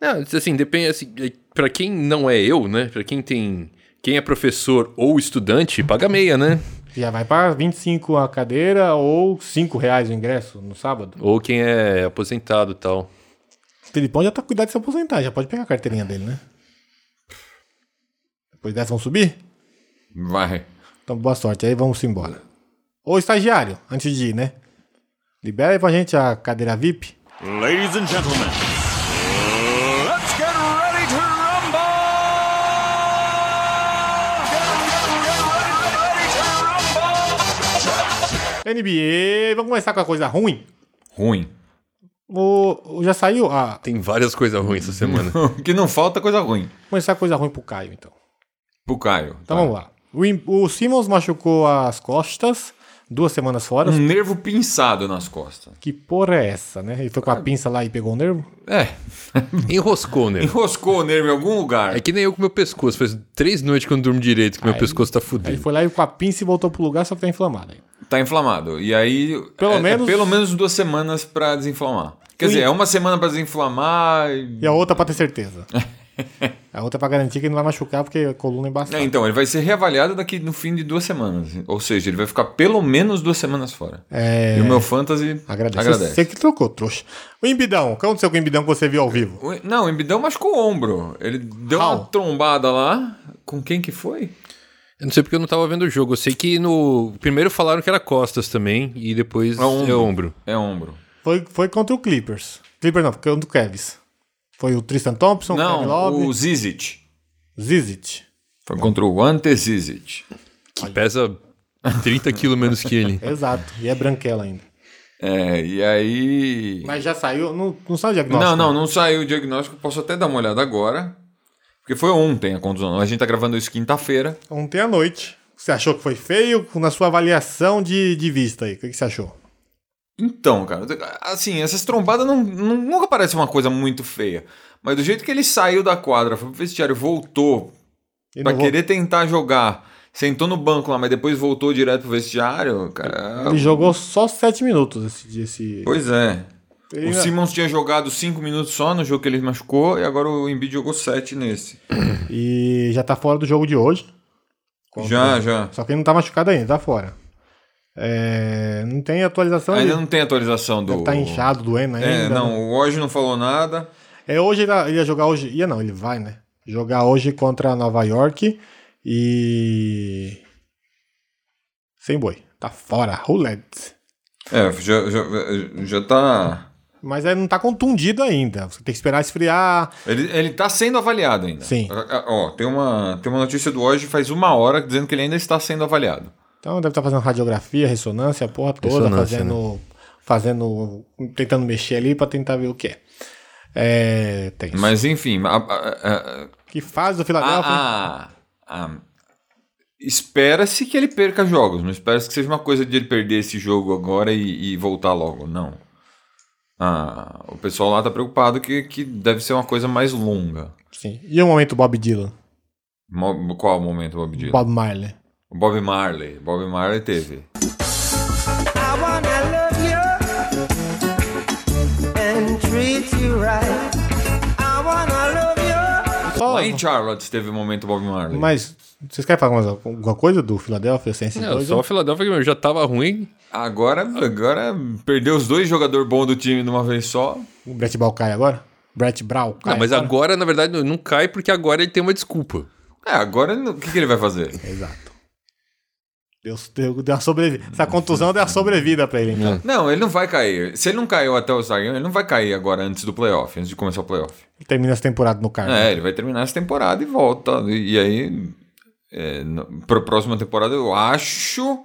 Speaker 4: Não, assim, depende. Assim, é, pra quem não é eu, né? Pra quem tem. Quem é professor ou estudante, paga meia, né?
Speaker 2: Já vai pra 25 a cadeira ou 5 reais o ingresso no sábado.
Speaker 4: Ou quem é aposentado e tal.
Speaker 2: O Filipão já tá cuidado de se aposentar, já pode pegar a carteirinha dele, né? Depois dessa vão subir?
Speaker 3: Vai.
Speaker 2: Então boa sorte, aí vamos embora. Ô estagiário, antes de ir, né? Libera aí pra gente a cadeira VIP.
Speaker 6: Ladies and gentlemen, let's get ready to rumble! Get, get, get ready, ready to rumble!
Speaker 2: NBA, vamos começar com a coisa ruim.
Speaker 3: Ruim.
Speaker 2: O, o- já saiu Ah, a.
Speaker 4: Tem várias coisas ruins essa semana.
Speaker 3: O que não falta é coisa ruim.
Speaker 2: Começar a coisa ruim pro Caio, então.
Speaker 3: Pro Caio.
Speaker 2: Então
Speaker 3: tá?
Speaker 2: vamos lá. O, Im- o Simmons machucou as costas, duas semanas fora.
Speaker 3: Um nervo pinçado nas costas.
Speaker 2: Que porra é essa, né? Ele foi com a pinça lá e pegou o nervo?
Speaker 3: É.
Speaker 4: Enroscou, né?
Speaker 3: Enroscou o nervo em algum lugar.
Speaker 4: É que nem eu com meu pescoço. Faz três noites que eu não durmo direito, que meu pescoço tá
Speaker 2: Aí ele
Speaker 4: fudido.
Speaker 2: foi lá e com a pinça e voltou pro lugar, só que tá inflamado. aí.
Speaker 3: Tá inflamado. E aí.
Speaker 2: Pelo
Speaker 3: é- é
Speaker 2: menos-
Speaker 3: pelo menos duas semanas pra desinflamar. Quer
Speaker 2: Ui.
Speaker 3: dizer, é uma semana pra desinflamar. e-
Speaker 2: E a outra pra ter certeza. a outra pra garantir que ele não vai machucar, porque a coluna é
Speaker 3: É,
Speaker 2: bastante.
Speaker 3: então, ele vai ser reavaliado daqui no fim de duas semanas. Ou seja, ele vai ficar pelo menos duas semanas fora.
Speaker 2: É.
Speaker 3: E o meu fantasy
Speaker 2: Agradece.
Speaker 3: agradece.
Speaker 2: Você que trocou, trouxa. O Embidão, o que aconteceu com o Embidão que você viu ao vivo?
Speaker 3: O- Não, o Embidão machucou o ombro. Ele deu
Speaker 2: How?
Speaker 3: uma trombada lá. Com quem que foi?
Speaker 4: Eu não sei porque eu não tava vendo o jogo. Eu sei que no. Primeiro falaram que era costas também, e depois
Speaker 3: É ombro.
Speaker 4: é ombro.
Speaker 3: É ombro.
Speaker 2: Foi, foi contra o Clippers. Clippers não, foi contra o Cavs. Foi o Tristan Thompson, o Kevin
Speaker 3: Não,
Speaker 2: Love,
Speaker 3: o Zizic.
Speaker 2: Zizic.
Speaker 3: Foi contra o Ante Zizic.
Speaker 4: Que pesa 30 quilos menos que ele.
Speaker 2: Exato. E é branquela ainda.
Speaker 3: É, e aí.
Speaker 2: Mas já saiu, não, não saiu o diagnóstico.
Speaker 3: Não, não, não saiu o diagnóstico. Posso até dar uma olhada agora. Porque foi ontem a contusão. A gente tá gravando isso quinta-feira.
Speaker 2: Ontem à noite. Você achou que foi feio? Na sua avaliação de, de vista aí, o que, que você achou?
Speaker 3: Então, cara, assim, essas trombadas não, não- nunca parece uma coisa muito feia. Mas do jeito que ele saiu da quadra, foi pro vestiário, voltou
Speaker 2: E
Speaker 3: pra
Speaker 2: não vou-
Speaker 3: querer tentar jogar, sentou no banco lá, mas depois voltou direto pro vestiário, cara.
Speaker 2: Ele jogou só 7 minutos esse. esse...
Speaker 3: Pois é.
Speaker 2: Ele-
Speaker 3: O Simmons tinha jogado 5 minutos só no jogo que ele machucou e agora o Embiid jogou 7 nesse.
Speaker 2: E já tá fora do jogo de hoje.
Speaker 3: Já, já.
Speaker 2: Só que ele não tá machucado ainda, tá fora. É, Não tem atualização.
Speaker 3: Ainda
Speaker 2: ele
Speaker 3: não tem atualização do.
Speaker 2: deve tá inchado, doendo ainda. né?
Speaker 3: É, não, o Oji não falou nada.
Speaker 2: É, hoje ele, ia- ele ia jogar hoje. Ia não, ele vai, né? Jogar hoje contra Nova York e. Sem boi. Tá fora, roulette.
Speaker 3: É, já, já, já tá.
Speaker 2: Mas ele não tá contundido ainda. Você tem que esperar esfriar.
Speaker 3: Ele, ele tá sendo avaliado ainda.
Speaker 2: Sim.
Speaker 3: Ah, ah, Ó, tem uma, tem uma notícia do hoje faz uma hora dizendo que ele ainda está sendo avaliado.
Speaker 2: Então deve estar fazendo radiografia, ressonância, a porra toda,
Speaker 4: Ressonância,
Speaker 2: fazendo. Fazendo. tentando mexer ali pra tentar ver o que é. É. Tem.
Speaker 3: Mas enfim, a, a- a-
Speaker 2: Que fase do
Speaker 3: a-
Speaker 2: Philadelphia?
Speaker 4: Ah,
Speaker 3: a- a- espera-se que ele perca jogos. Não espera-se que seja uma coisa de ele perder esse jogo agora e, e voltar logo. Não. Ah, o pessoal lá tá preocupado que, que deve ser uma coisa mais longa.
Speaker 2: Sim. E o momento Bob Dylan?
Speaker 3: Mo- Qual o momento, Bob Dylan?
Speaker 2: Bob Marley.
Speaker 3: O Bob Marley. Bob Marley teve.
Speaker 7: I wanna love you and treat you right. I wanna love you.
Speaker 2: Só-
Speaker 3: Lá em Charlotte teve o momento Bob Marley.
Speaker 2: Mas vocês querem falar mais alguma coisa do Philadelphia sem esses
Speaker 4: Não,
Speaker 2: dois?
Speaker 4: só a Filadélfia que meu, já tava ruim.
Speaker 3: Agora, agora perdeu os dois jogadores bons do time de uma vez só.
Speaker 2: O Brett Ball cai agora? Brett Brown cai
Speaker 4: Não, Ah, mas
Speaker 2: agora?
Speaker 4: agora, na verdade, não cai porque agora ele tem uma desculpa.
Speaker 3: É, agora ele não- o que, que ele vai fazer?
Speaker 2: Exato. Deus deu, deu uma sobrevida. Essa contusão deu uma sobrevida pra ele,
Speaker 4: Hum.
Speaker 2: então.
Speaker 3: Não, ele não vai cair. Se ele não caiu até o Zagan, ele não vai cair agora antes do playoff, antes de começar o playoff.
Speaker 2: Termina essa temporada no cargo.
Speaker 3: É, ele vai terminar essa temporada e volta. E, e aí, é, no- pra próxima temporada, eu acho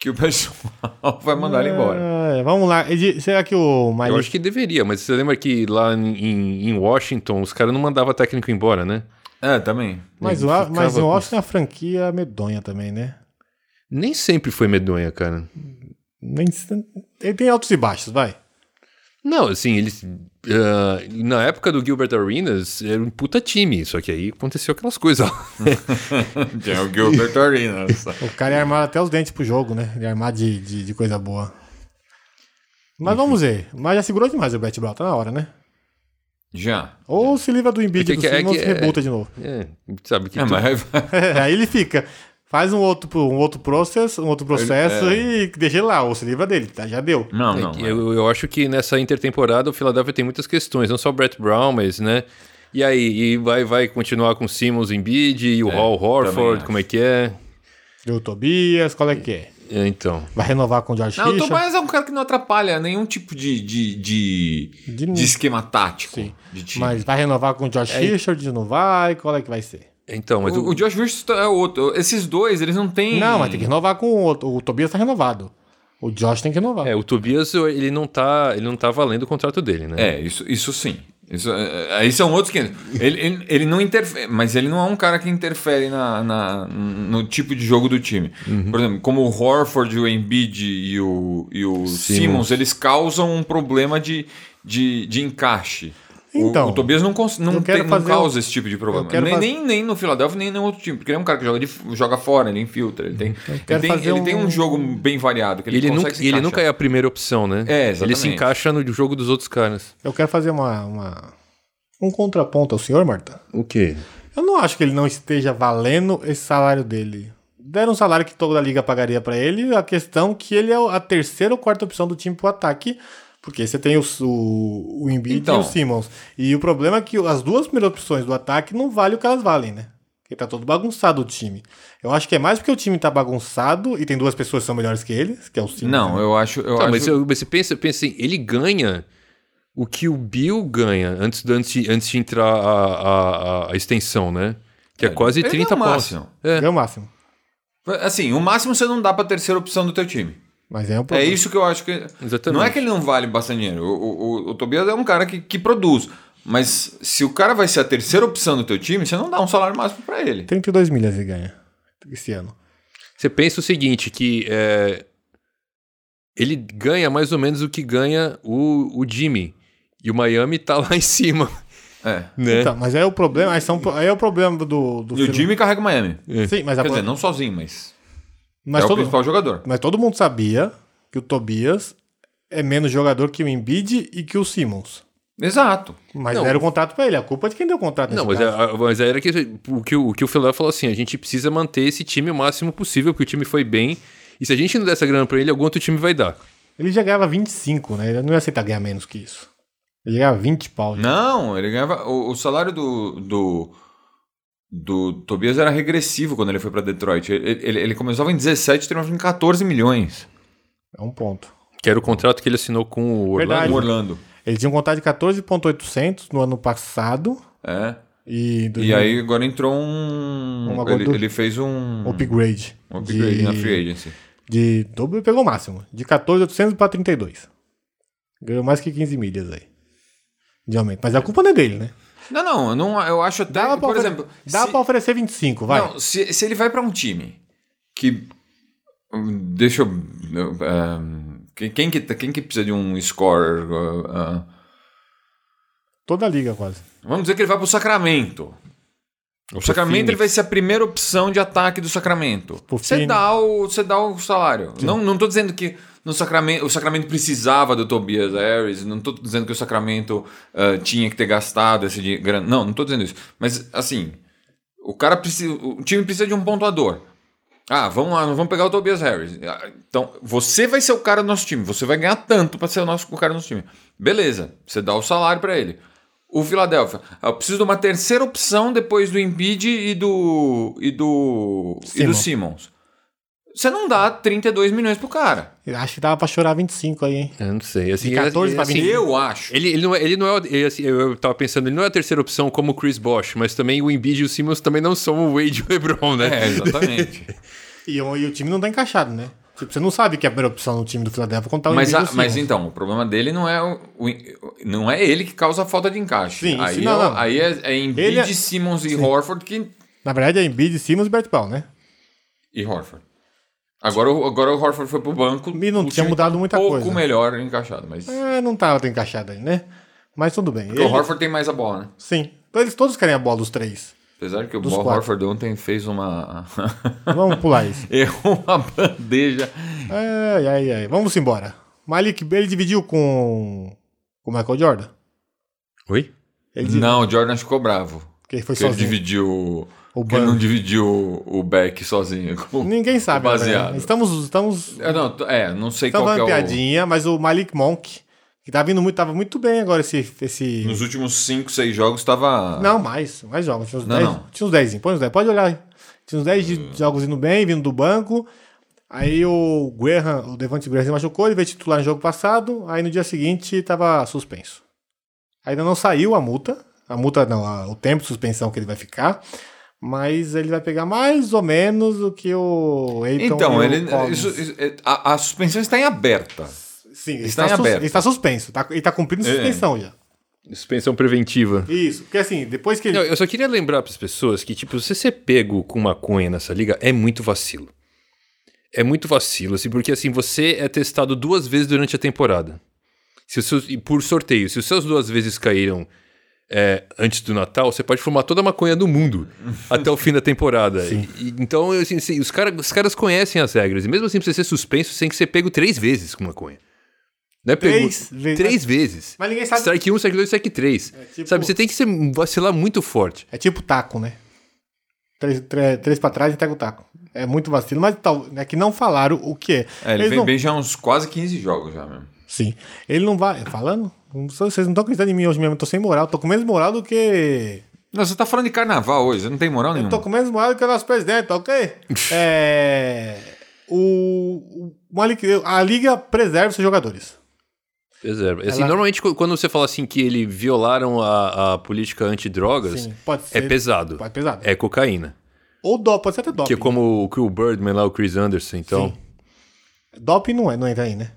Speaker 3: que o pessoal vai mandar ele embora.
Speaker 2: Ah, vamos lá. Edi- será que o
Speaker 4: Eu
Speaker 2: Malik
Speaker 4: acho que deveria, mas você lembra que lá em, em- em Washington os caras não mandavam técnico embora, né?
Speaker 3: É, também.
Speaker 2: Mas o,
Speaker 4: Ficava
Speaker 2: mas o
Speaker 4: com
Speaker 2: Austin é uma franquia medonha também, né?
Speaker 4: Nem sempre foi medonha, cara.
Speaker 2: Nem, se- Ele tem altos e baixos, vai.
Speaker 4: Não, assim, eles. ah, na época do Gilbert Arenas, era um puta time. Só que aí aconteceu aquelas coisas.
Speaker 3: É o Gilbert Arenas.
Speaker 2: O cara ia armar até os dentes pro jogo, né? Ele ia armar de, de, de coisa boa. Mas vamos ver. Mas já segurou demais o Brett Brown, tá na hora, né?
Speaker 3: Já.
Speaker 2: Ou se livra do Embiid
Speaker 4: É
Speaker 2: do
Speaker 4: que- é
Speaker 2: Simmons
Speaker 4: que-
Speaker 2: e rebuta de novo.
Speaker 4: é, sabe que.
Speaker 3: É,
Speaker 4: tu-
Speaker 3: mas
Speaker 2: Aí ele fica. Faz um outro, um outro processo, um outro processo e deixa ele lá. Ou se livra dele, tá? Já deu.
Speaker 3: Não,
Speaker 4: É
Speaker 3: não.
Speaker 4: que
Speaker 3: é.
Speaker 4: eu, eu acho que nessa intertemporada o Philadelphia tem muitas questões, não só o Brett Brown, mas, né? E aí, e vai, vai continuar com o Simmons Embiid e o Hall Horford,
Speaker 3: acho.
Speaker 4: como é que é?
Speaker 2: Deu o Tobias, qual é que é?
Speaker 4: É, Então.
Speaker 2: Vai renovar com o George
Speaker 3: Não, o
Speaker 2: Richard?
Speaker 3: Tobias é um cara que não atrapalha nenhum tipo de, de, de,
Speaker 2: De-
Speaker 3: de esquema tático
Speaker 2: Sim.
Speaker 3: de time.
Speaker 2: Mas vai renovar com o George Richard? Não vai? Qual é que vai ser?
Speaker 4: Então, mas
Speaker 3: o,
Speaker 4: o,
Speaker 3: o Josh Richardson é outro. Esses dois, eles não têm.
Speaker 2: Não, mas tem que renovar com o outro. O Tobias tá renovado. O Josh tem que renovar.
Speaker 4: é, o Tobias, ele não, tá, ele não tá valendo o contrato dele, né?
Speaker 3: É, isso, isso sim. Isso, é, aí são outros 500. Ele, ele, ele não interfere, mas ele não é um cara que interfere na, na- no tipo de jogo do time.
Speaker 2: Uhum.
Speaker 3: Por exemplo, como o Horford, o Embiid e o, e o Simmons. eles causam um problema de, de, de encaixe. O-
Speaker 2: Então,
Speaker 3: o, Tobias não, cons- não,
Speaker 2: eu quero
Speaker 3: tem- não
Speaker 2: fazer
Speaker 3: causa
Speaker 2: um-
Speaker 3: esse tipo de problema.
Speaker 2: eu quero
Speaker 3: Nem,
Speaker 2: faz-
Speaker 3: nem, nem no Philadelphia, nem em nenhum outro time. Porque ele é um cara que joga, de- joga fora, ele infiltra. Ele tem, ele
Speaker 2: Uhum. quero
Speaker 3: tem,
Speaker 2: fazer
Speaker 3: ele tem um
Speaker 2: um-
Speaker 3: jogo bem variado. Que
Speaker 4: E
Speaker 3: ele,
Speaker 4: ele,
Speaker 3: consegue
Speaker 4: nunca,
Speaker 3: se
Speaker 4: e ele
Speaker 3: encaixar.
Speaker 4: nunca é a primeira opção, né?
Speaker 3: É,
Speaker 4: Ele se
Speaker 3: exatamente.
Speaker 4: encaixa no jogo dos outros caras.
Speaker 2: Eu quero fazer uma, uma- um contraponto ao senhor, Marta.
Speaker 4: O quê?
Speaker 2: Eu não acho que ele não esteja valendo esse salário dele. Deram um salário que toda a liga pagaria pra ele. A questão que ele é a terceira ou quarta opção do time pro ataque. Porque você tem o, o, o Embiid e
Speaker 3: Então.
Speaker 2: o Simmons. E o problema é que as duas primeiras opções do ataque não valem o que elas valem, né? Porque tá todo bagunçado o time. Eu acho que é mais porque o time tá bagunçado e tem duas pessoas que são melhores que ele, que é o Simmons.
Speaker 3: Não, eu acho. Eu
Speaker 4: Tá,
Speaker 3: acho...
Speaker 4: mas, eu- mas você pensa, pensa assim, ele ganha o que o Bill ganha antes, do- antes, de, antes de entrar a, a- a- a extensão, né? Que é, quase
Speaker 3: ele ganha
Speaker 4: 30
Speaker 3: o
Speaker 4: pontos.
Speaker 3: máximo.
Speaker 4: É.
Speaker 2: É o máximo.
Speaker 3: Assim, o máximo você não dá pra terceira opção do teu time.
Speaker 2: Mas é um
Speaker 3: É
Speaker 2: problema.
Speaker 3: isso que eu acho que.
Speaker 4: Exatamente.
Speaker 3: Não é que ele não vale bastante dinheiro. O, o- o- o Tobias é um cara que, que produz. Mas se o cara vai ser a terceira opção do teu time, você não dá um salário máximo pra ele.
Speaker 2: 32 milhas ele ganha esse ano.
Speaker 4: Você pensa o seguinte, que é, ele ganha mais ou menos o que ganha o, o Jimmy. E o Miami tá lá em cima,
Speaker 3: É.
Speaker 4: né?
Speaker 2: Então, mas aí é o problema. Aí, são, aí é o problema do. do
Speaker 3: E o
Speaker 2: Phil-
Speaker 3: Jimmy carrega o Miami.
Speaker 2: Sim, mas, a-
Speaker 3: Quer dizer, não sozinho, mas,
Speaker 2: mas
Speaker 3: é o
Speaker 2: todo,
Speaker 3: principal jogador.
Speaker 2: mas todo mundo sabia que o Tobias é menos jogador que o Embiid e que o Simmons.
Speaker 3: Exato.
Speaker 2: Mas
Speaker 4: Não.
Speaker 2: deram o contrato pra ele. A culpa é de quem deu o contrato.
Speaker 4: Não,
Speaker 2: nesse
Speaker 4: mas, é,
Speaker 2: caso.
Speaker 4: a- a- mas era que, o, que o, o que o Philadelphia falou assim: a gente precisa manter esse time o máximo possível, porque o time foi bem. E se a gente não der essa grana pra ele, algum outro time vai dar.
Speaker 2: Ele já ganhava 25, né? Ele não ia aceitar ganhar menos que isso. Ele ganhava 20 pau. já.
Speaker 3: Não, ele ganhava. O, o salário do, do. do Tobias era regressivo quando ele foi pra Detroit. Ele, ele, ele começava em 17 e terminava em 14 milhões.
Speaker 2: É um ponto.
Speaker 4: Que era o contrato que ele assinou com o Orlando.
Speaker 2: Verdade.
Speaker 3: Com Orlando.
Speaker 2: Ele tinha um contrato de 14,800 no ano passado.
Speaker 3: É.
Speaker 2: E,
Speaker 3: E aí agora entrou um.
Speaker 2: Uma
Speaker 3: Ele,
Speaker 2: gordura.
Speaker 3: ele fez um.
Speaker 2: Um upgrade.
Speaker 3: um upgrade
Speaker 2: de-
Speaker 3: na free agency.
Speaker 2: De dobro pegou o máximo. De 14,800 para 32. Ganhou mais que 15 milhas aí. De aumento. Mas a culpa não é dele, né?
Speaker 3: Não, não, eu, não, eu acho até.
Speaker 2: Dá pra,
Speaker 3: que, É, por
Speaker 2: ofere-
Speaker 3: exemplo.
Speaker 2: dá
Speaker 3: se,
Speaker 2: pra oferecer 25, vai.
Speaker 3: não, se, se ele vai pra um time que. hum, Deixa eu. eu, ehm, quem, quem que, quem que precisa de um scorer? ah, ah,
Speaker 2: Toda a liga quase.
Speaker 3: vamos dizer que ele vai pro Sacramento. O Sacramento ele vai ser a primeira opção de ataque do Sacramento.
Speaker 2: Pro
Speaker 3: Você
Speaker 2: Phoenix.
Speaker 3: dá o, você dá o salário. Não, não tô dizendo que no Sacramento, o Sacramento precisava do Tobias Harris, não tô dizendo que o Sacramento ah, tinha que ter gastado esse dinhe- grana. Não, não tô dizendo isso. Mas assim, o cara precisa, o time precisa de um pontuador. Ah, vamos lá, não vamos pegar o Tobias Harris. Ah, Então, você vai ser o cara do nosso time. Você vai ganhar tanto para ser o, nosso, o cara do nosso time. Beleza, você dá o salário para ele. O Philadelphia, ah, eu preciso de uma terceira opção depois do Embiid e do e do e do
Speaker 2: Simmons.
Speaker 3: Simmons. Você não dá 32 milhões pro cara.
Speaker 2: Eu acho que dava pra chorar 25 aí, hein?
Speaker 4: Eu não sei. Assim,
Speaker 2: De 14 pra
Speaker 4: assim,
Speaker 2: 20.
Speaker 3: Eu acho.
Speaker 4: Ele, ele não é. Ele não é o- ele, assim, eu, eu tava pensando, ele não é a terceira opção como o Chris Bosh, mas também o Embiid e o Simmons também não são o Wade e o LeBron, né?
Speaker 3: É, exatamente.
Speaker 2: E, o- e o time não tá encaixado, né? Tipo, você não sabe que é a primeira opção no time do Philadelphia quando tá o
Speaker 3: mas,
Speaker 2: Embiid
Speaker 3: a-
Speaker 2: e o Simmons.
Speaker 3: mas então, o problema dele não é o, o- não é ele que causa a falta de encaixe.
Speaker 2: Sim, isso
Speaker 3: aí
Speaker 2: não,
Speaker 3: é, o-
Speaker 2: não.
Speaker 3: aí é, é Embiid,
Speaker 2: Ele é-
Speaker 3: Simmons e Horford que
Speaker 2: Na verdade é Embiid, Simmons e Bert Paul, né?
Speaker 3: e Horford. Agora, o- agora o Horford foi pro banco.
Speaker 2: E não
Speaker 3: o
Speaker 2: tinha
Speaker 3: time
Speaker 2: mudado muita
Speaker 3: pouco
Speaker 2: coisa.
Speaker 3: Pouco melhor encaixado, mas.
Speaker 2: Ah, não tava tão encaixado aí, né? Mas tudo bem.
Speaker 3: Porque
Speaker 2: Ele-
Speaker 3: o Horford tem mais a bola, né?
Speaker 2: Sim. Então, Eles todos querem a bola, os três.
Speaker 3: Apesar que o
Speaker 2: Dos
Speaker 3: Bo
Speaker 2: quatro.
Speaker 3: Horford ontem fez uma.
Speaker 2: Vamos pular isso.
Speaker 3: Errou uma bandeja.
Speaker 2: Ai, ai, ai. Vamos embora. Malik Bey, ele dividiu com com o Michael Jordan.
Speaker 4: Oi?
Speaker 2: Ele dividiu,
Speaker 3: Não, o Jordan ficou bravo.
Speaker 2: porque ele foi
Speaker 3: Porque ele
Speaker 2: sozinho.
Speaker 3: dividiu.
Speaker 2: O
Speaker 3: que ele não
Speaker 2: banco.
Speaker 3: dividiu o Beck sozinho.
Speaker 2: Ninguém sabe. na verdade.
Speaker 3: Baseado.
Speaker 2: Estamos, estamos,
Speaker 3: É, não, t- é, não sei
Speaker 2: estamos
Speaker 3: qual que
Speaker 2: dando
Speaker 3: é o.
Speaker 2: piadinha, mas o Malik Monk, que tá vindo muito, tava muito bem agora esse... esse...
Speaker 3: Nos últimos 5, 6 jogos tava.
Speaker 2: Não, mais. Mais jogos. Tinha uns
Speaker 3: Ah. Não,
Speaker 2: 10.
Speaker 3: não. É.
Speaker 2: Tinha uns 10, põe uns 10. Pode olhar. aí. Tinha uns 10 de jogos indo bem, vindo do banco. Aí o Graham, o Devante Graham se machucou, ele veio titular no jogo passado. Aí no dia seguinte tava suspenso. Ainda não saiu a multa. A multa não, a- o tempo de suspensão que ele vai ficar. Mas ele vai pegar mais ou menos o que o Eiton e
Speaker 3: Então,
Speaker 2: o
Speaker 3: ele,
Speaker 2: Collins.
Speaker 3: isso- isso- é, a, a suspensão está em aberta.
Speaker 2: Sim, ele está,
Speaker 3: está em
Speaker 2: sus-
Speaker 3: aberto.
Speaker 2: ele está suspenso. tá- ele está cumprindo
Speaker 3: É.
Speaker 2: suspensão já.
Speaker 4: Suspensão preventiva.
Speaker 2: Isso, porque assim, depois que ele.
Speaker 4: Não, eu só queria lembrar para as pessoas que, tipo, você ser pego com maconha nessa liga é muito vacilo. É muito vacilo, assim, porque assim, você é testado duas vezes durante a temporada. Se os seus- e por sorteio, se os seus duas vezes caíram é, antes do Natal, você pode fumar toda a maconha do mundo até o fim da temporada. E- e- então, assim, assim, os, cara- os caras conhecem as regras. E mesmo assim, pra você ser suspenso, você tem que ser pego três vezes com maconha. Não é pego
Speaker 2: Três vezes.
Speaker 4: três vezes.
Speaker 2: Mas ninguém sabe-
Speaker 4: Strike 1, strike 2, strike 3.
Speaker 2: tipo-
Speaker 4: Sabe, você tem que ser, vacilar muito forte.
Speaker 2: É tipo taco, né? Três, três, três pra trás e pega o taco. É muito vacilo, mas tal, é que não falaram o que é.
Speaker 3: É, ele
Speaker 2: Eles
Speaker 3: vem
Speaker 2: não-
Speaker 3: bem já uns quase 15 jogos já mesmo.
Speaker 2: Sim. Ele não vai. Falando? Não sou- Vocês não estão acreditando em mim hoje mesmo. Eu tô sem moral. Tô com menos moral do que.
Speaker 3: Não, você tá falando de carnaval hoje, você não tem moral nenhuma.
Speaker 2: Tô com menos moral do que o nosso presidente, tá ok? é. O. o Malik- a liga preserva os seus jogadores.
Speaker 4: Preserva. Assim,
Speaker 2: Ela-
Speaker 4: Normalmente, qu- quando você fala assim que ele violaram a, a política antidrogas,
Speaker 2: Sim, pode
Speaker 4: é
Speaker 2: ser.
Speaker 4: pesado.
Speaker 2: Pode ser pesado.
Speaker 4: É cocaína.
Speaker 2: Ou doping, pode ser até
Speaker 4: Que
Speaker 2: doping.
Speaker 4: é como o que o Birdman lá, o Chris Anderson, então.
Speaker 2: Sim. Doping não, é, não entra aí, né?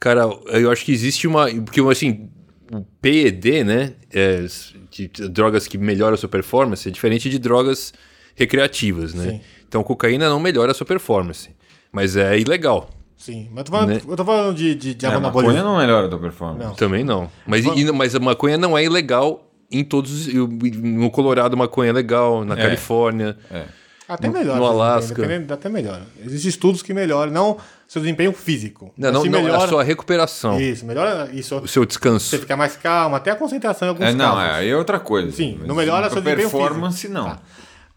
Speaker 4: Cara, eu acho que existe uma. Porque, assim, o PED, né? É, s- de- de drogas que melhoram a sua performance, é diferente de drogas recreativas, né?
Speaker 2: Sim.
Speaker 4: Então, cocaína não melhora a sua performance. Mas é ilegal.
Speaker 2: Sim. Mas eu tô falando,
Speaker 4: Né?
Speaker 2: eu tô falando de, de, de
Speaker 3: É, a
Speaker 2: anabolismo.
Speaker 3: maconha não melhora a tua performance.
Speaker 2: Não.
Speaker 4: Também não. Mas, e- e- mas a maconha não é ilegal em todos. os- No Colorado, maconha é legal, na
Speaker 3: É.
Speaker 4: Califórnia.
Speaker 3: É.
Speaker 2: Até
Speaker 4: No-
Speaker 2: melhor.
Speaker 4: no
Speaker 2: seu desempenho,
Speaker 4: Alasca.
Speaker 2: dependendo- Até melhor. Existem estudos que melhoram, não seu desempenho físico.
Speaker 4: Não,
Speaker 2: mas
Speaker 4: não,
Speaker 2: se
Speaker 4: não,
Speaker 2: melhora,
Speaker 4: a sua recuperação,
Speaker 2: Isso, melhora isso.
Speaker 4: o seu
Speaker 2: Você
Speaker 4: descanso.
Speaker 2: fica mais calmo, até a concentração em alguns
Speaker 3: É, não,
Speaker 2: casos.
Speaker 3: é, aí é outra coisa.
Speaker 2: Sim,
Speaker 3: Mas
Speaker 2: não melhora
Speaker 3: pra
Speaker 2: seu desempenho
Speaker 3: performance, não.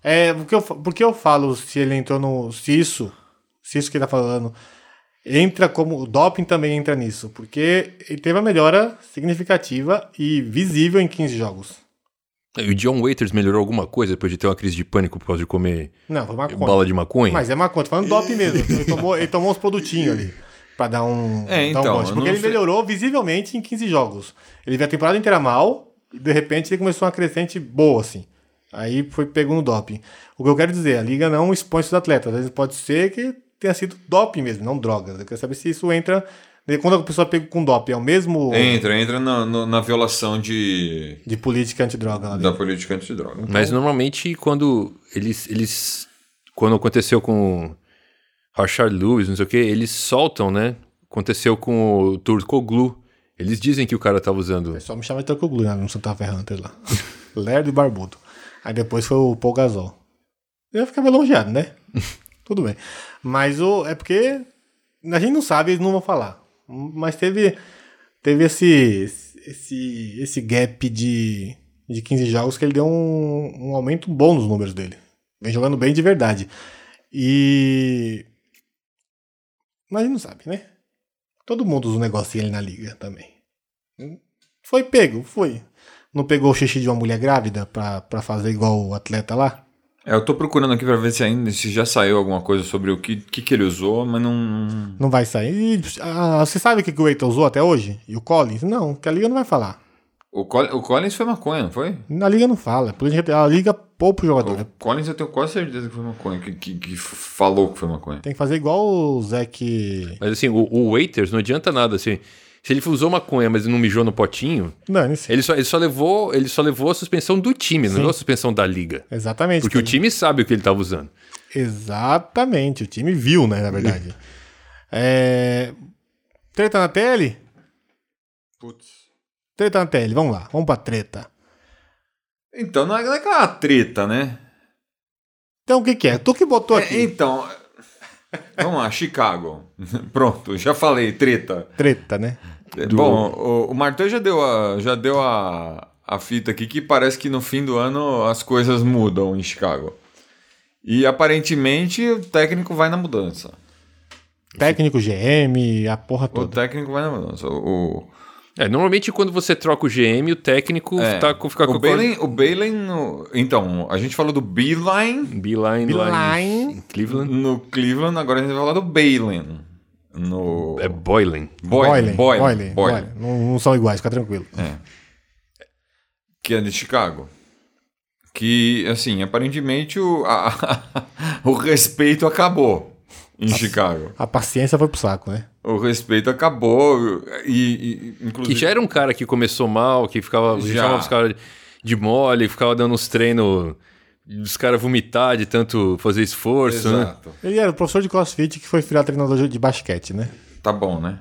Speaker 2: É, porque eu, fa- porque eu falo se ele entrou no. Se isso. Se isso que ele tá falando. Entra como. O doping também entra nisso. Porque ele teve uma melhora significativa e visível em 15 jogos.
Speaker 4: E o John Waiters melhorou alguma coisa depois de ter uma crise de pânico por causa de comer
Speaker 2: Não, foi maconha.
Speaker 4: bala de maconha?
Speaker 2: Mas é maconha, tô falando doping mesmo. Ele tomou, ele tomou uns produtinhos ali. Pra dar um.
Speaker 3: É,
Speaker 2: dar um
Speaker 3: então,
Speaker 2: bote.
Speaker 3: eu
Speaker 2: Porque
Speaker 3: não
Speaker 2: ele
Speaker 3: sei.
Speaker 2: melhorou visivelmente em 15 jogos. Ele veio a temporada inteira mal, e de repente ele começou uma crescente boa, assim. Aí foi pego no doping. O que eu quero dizer, a liga não expõe seus atletas. Às vezes pode ser que tenha sido doping mesmo, não drogas. Eu quero saber se isso entra. Quando a pessoa pega com doping, é o mesmo
Speaker 3: Entra, entra na, no- na violação de,
Speaker 2: de política antidroga lá
Speaker 3: da
Speaker 2: dentro.
Speaker 3: política antidroga.
Speaker 4: Mas
Speaker 2: então
Speaker 4: normalmente quando eles, eles quando aconteceu com o Rashard Lewis, não sei o que, eles soltam, né? Aconteceu com o Turkoglu. Eles dizem que o cara tava usando.
Speaker 2: Só me chama de Trocoglu, né? No Santa Fe Hunter lá. Lerdo e barbudo. Aí depois foi o Paul Gasol. Eu ficava elogiado, né? Tudo bem. Mas o, é porque a gente não sabe, eles não vão falar. Mas teve, teve esse, esse, esse gap de, de 15 jogos que ele deu um, um aumento bom nos números dele. Vem jogando bem de verdade. E. Mas a gente não sabe, né? Todo mundo usa um negocinho ali na liga também. Foi pego, foi. Não pegou o xixi de uma mulher grávida pra, pra fazer igual o atleta lá?
Speaker 3: É, eu tô procurando aqui pra ver se ainda se já saiu alguma coisa sobre o que, que, que ele usou, mas não.
Speaker 2: Não vai sair. E, ah, você sabe o que que o Eiton usou até hoje? E o Collins? Não, que a liga não vai falar.
Speaker 3: O, Col- o Collins foi maconha, não foi?
Speaker 2: A liga não fala. Por isso que A liga poupa o jogador.
Speaker 3: O Collins eu tenho quase certeza que foi maconha, que, que, que falou que foi maconha.
Speaker 2: Tem que fazer igual o Zeke.
Speaker 4: Mas assim, o, o Waiters não adianta nada assim. Se ele usou maconha, mas não mijou no potinho,
Speaker 2: Dane-se.
Speaker 4: ele só, ele só levou, ele só levou a suspensão do time, não levou a suspensão da liga.
Speaker 2: Exatamente.
Speaker 4: Porque o time sabe o que ele tava usando.
Speaker 2: Exatamente, o time viu, né, na verdade. É, Treta na tele?
Speaker 3: Putz.
Speaker 2: Treta na tele, vamos lá, vamos pra treta.
Speaker 3: Então, não é, não é aquela treta, né?
Speaker 2: Então o que que é? Tu que botou
Speaker 3: É,
Speaker 2: aqui.
Speaker 3: então. Vamos lá, Chicago. Pronto, já falei, treta.
Speaker 2: Treta, né?
Speaker 3: É, Bom, o, o Martin já deu, a, já deu a, a fita aqui que parece que no fim do ano as coisas mudam em Chicago. E aparentemente o técnico vai na mudança.
Speaker 2: Técnico GM, a porra
Speaker 3: O
Speaker 2: toda.
Speaker 3: técnico vai na mudança. O, o-
Speaker 4: É, normalmente quando você troca o GM, o técnico
Speaker 3: é,
Speaker 4: tá com, fica com
Speaker 3: o Balen, o Balen no- então, a gente falou do Beeline
Speaker 4: Beeline, lá em-
Speaker 2: Beeline.
Speaker 4: em Cleveland.
Speaker 3: no Cleveland, agora a gente vai falar do Balen no
Speaker 4: É Boylan.
Speaker 2: Boiling,
Speaker 3: Boylan, Boylan,
Speaker 2: boiling,
Speaker 3: Boylan,
Speaker 2: boiling. Não, não são iguais, fica tranquilo.
Speaker 3: que é de Chicago. Que, assim, aparentemente o, a- o respeito acabou em Chicago.
Speaker 2: A paciência foi pro saco, né?
Speaker 3: O respeito acabou e, e
Speaker 4: Que
Speaker 3: inclusive...
Speaker 4: já era um cara que começou mal, que ficava
Speaker 3: Já.
Speaker 4: deixava os caras de mole, ficava dando uns treinos dos caras vomitar de tanto fazer esforço, né?
Speaker 3: Exato.
Speaker 2: Ele era o professor de crossfit que foi virar treinador de- de basquete, né?
Speaker 3: Tá bom, né?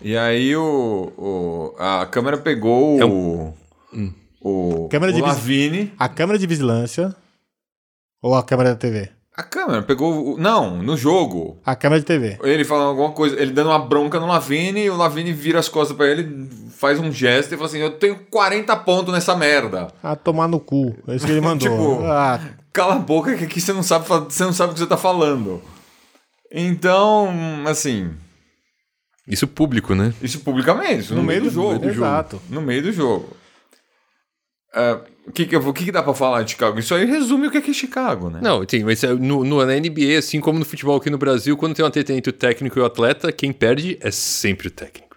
Speaker 3: E aí o, o- a câmera pegou o... O,
Speaker 2: É um- Hum. Câmera
Speaker 3: o
Speaker 2: de vis-
Speaker 3: Lavine.
Speaker 2: A câmera de vigilância ou a câmera da TV?
Speaker 3: A câmera pegou... o- Não, no jogo.
Speaker 2: A câmera de TV.
Speaker 3: Ele falando alguma coisa, ele dando uma bronca no Lavini, e o Lavini vira as costas pra ele, faz um gesto e fala assim: Eu tenho 40 pontos nessa merda.
Speaker 2: Ah, tomar no cu. É isso que ele mandou.
Speaker 3: Tipo-
Speaker 2: Ah,
Speaker 3: Cala a boca que aqui você não sabe, fa- você não sabe o que você tá falando. Então, assim,
Speaker 4: Isso público, né?
Speaker 3: isso publicamente, isso no, meio do jogo.
Speaker 2: Exato.
Speaker 3: No meio do jogo. Ah, O que, que, eu vou- o que, que dá pra falar de Chicago? Isso aí resume o que é, que é Chicago, né?
Speaker 4: Não, sim, mas é no, no- na NBA, assim como no futebol aqui no Brasil, quando tem uma treta entre o técnico e o atleta, quem perde é sempre o técnico.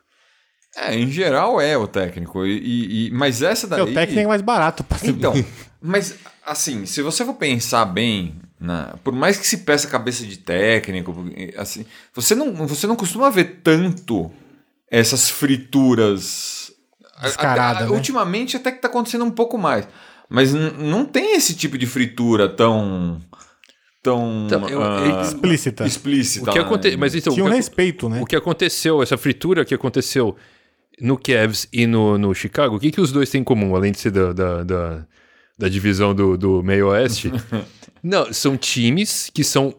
Speaker 3: É, em geral é o técnico. E, e- e- mas essa daí.
Speaker 2: porque o técnico é mais barato. pra-
Speaker 3: Então, mas assim, se você for pensar bem, na- por mais que se peça cabeça de técnico, porque, assim, você não, você não costuma ver tanto essas frituras A- a-
Speaker 2: Descarada,
Speaker 3: a-
Speaker 2: né?
Speaker 3: Ultimamente até que tá acontecendo um pouco mais, mas n- não tem esse tipo de fritura tão tão
Speaker 4: Então, eu-
Speaker 3: ah,
Speaker 2: Explícita.
Speaker 3: explícita.
Speaker 4: O que
Speaker 3: né?
Speaker 4: aconte... Mas então,
Speaker 2: Tinha
Speaker 4: o
Speaker 2: um
Speaker 4: que-
Speaker 2: respeito, né?
Speaker 4: O que aconteceu, essa fritura que aconteceu no Cavs e no, no Chicago, o que, que os dois têm em comum, além de ser da, da, da- da divisão do, do meio oeste? Não, são times que são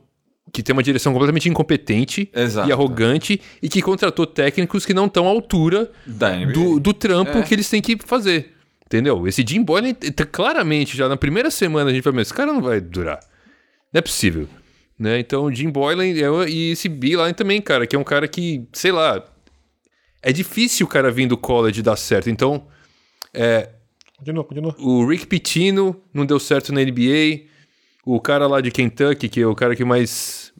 Speaker 4: que tem uma direção completamente incompetente
Speaker 3: Exato.
Speaker 4: e arrogante e que contratou técnicos que não estão à altura
Speaker 3: Da NBA.
Speaker 4: do, do trampo
Speaker 3: É.
Speaker 4: que eles têm que fazer. Entendeu? Esse Jim Boylan, tá- claramente, já na primeira semana a gente vai, mas esse cara não vai durar. Não é possível. Né? Então, o Jim Boylan é- e esse B lá também, cara, que é um cara que, sei lá, é difícil o cara vir do college dar certo. Então,
Speaker 2: Continua, continua.
Speaker 4: o Rick Pitino não deu certo na NBA. O cara lá de Kentucky, que é o cara que mais.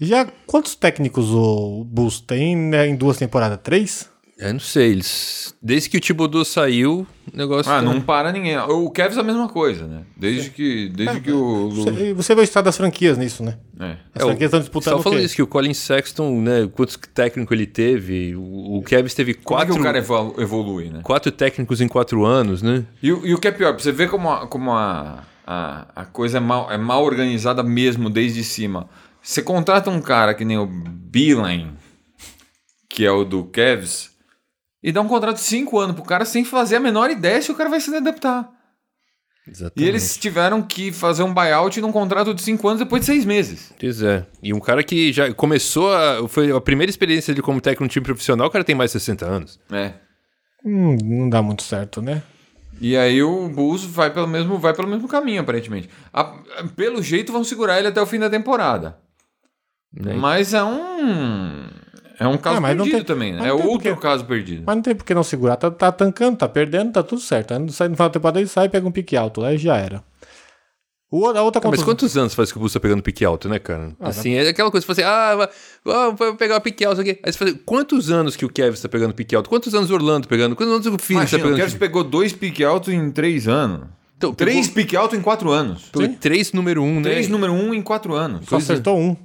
Speaker 2: Já quantos técnicos o Bulls tem né, em duas temporadas? Três?
Speaker 4: Eu não sei, eles. Desde que o Thibodeau saiu, o negócio.
Speaker 3: Ah,
Speaker 4: tá-
Speaker 3: não para ninguém. O Cavs é a mesma coisa, né? Desde que
Speaker 4: É,
Speaker 3: desde que o Lu-
Speaker 2: Você, você vê o estado das franquias nisso, né?
Speaker 3: é.
Speaker 2: As
Speaker 4: É, o-
Speaker 2: franquias estão disputando
Speaker 4: Só
Speaker 2: o
Speaker 4: falando
Speaker 2: quê?
Speaker 4: isso, que o Colin Sexton, né, quantos técnicos ele teve, o, o Kevs teve
Speaker 3: Como é que
Speaker 4: quatro,
Speaker 3: o cara evolu- evolui, né?
Speaker 4: quatro técnicos em quatro anos, né?
Speaker 3: E, o- e o que é pior, pra você ver como a, como a, a, a coisa é mal, é mal organizada mesmo desde cima. Você contrata um cara que nem o Beeline, que é o do Cavs, e dá um contrato de 5 anos pro cara sem fazer a menor ideia se o cara vai se adaptar. E
Speaker 4: Exatamente.
Speaker 3: eles tiveram que fazer um buyout num contrato de 5 anos depois de 6 meses.
Speaker 4: Pois é. E um cara que já começou a... Foi a primeira experiência dele como técnico no time profissional, o cara tem mais de 60 anos.
Speaker 3: né?
Speaker 2: Hum, não dá muito certo, né?
Speaker 3: E aí o Bulls vai pelo mesmo, vai pelo mesmo caminho, aparentemente. A- pelo jeito vão segurar ele até o fim da temporada. Mas é um. É um caso
Speaker 2: Ah, mas não tem-
Speaker 3: perdido também,
Speaker 2: mas
Speaker 3: né?
Speaker 2: não
Speaker 3: É
Speaker 2: tem
Speaker 3: outro
Speaker 2: porquê.
Speaker 3: caso perdido.
Speaker 2: Mas não tem por que não segurar. Tá, tá tancando, tá perdendo, tá tudo certo. Aí não sai no final da temporada, ele sai, pega um pique alto. Aí já era. O, a outra
Speaker 4: Ah, mas
Speaker 2: contusão-
Speaker 4: quantos anos faz que o Bulls tá pegando pique alto, né, cara?
Speaker 2: Ah,
Speaker 4: assim, é aquela coisa, você fala assim, ah, vai- ah, vai pegar o pique alto, isso aqui. Aí você fala, assim, quantos anos que o Kevs tá pegando pique alto? Quantos anos o Orlando pegando? Quantos anos o Phoenix tá
Speaker 3: Imagina, o
Speaker 4: pegando?
Speaker 3: Cavs pegou dois pique alto em três anos.
Speaker 4: Então,
Speaker 3: Três
Speaker 4: pegou-
Speaker 3: pique alto em quatro anos.
Speaker 4: pegou Três número um, né?
Speaker 3: Três número um em quatro anos.
Speaker 2: Só acertou um.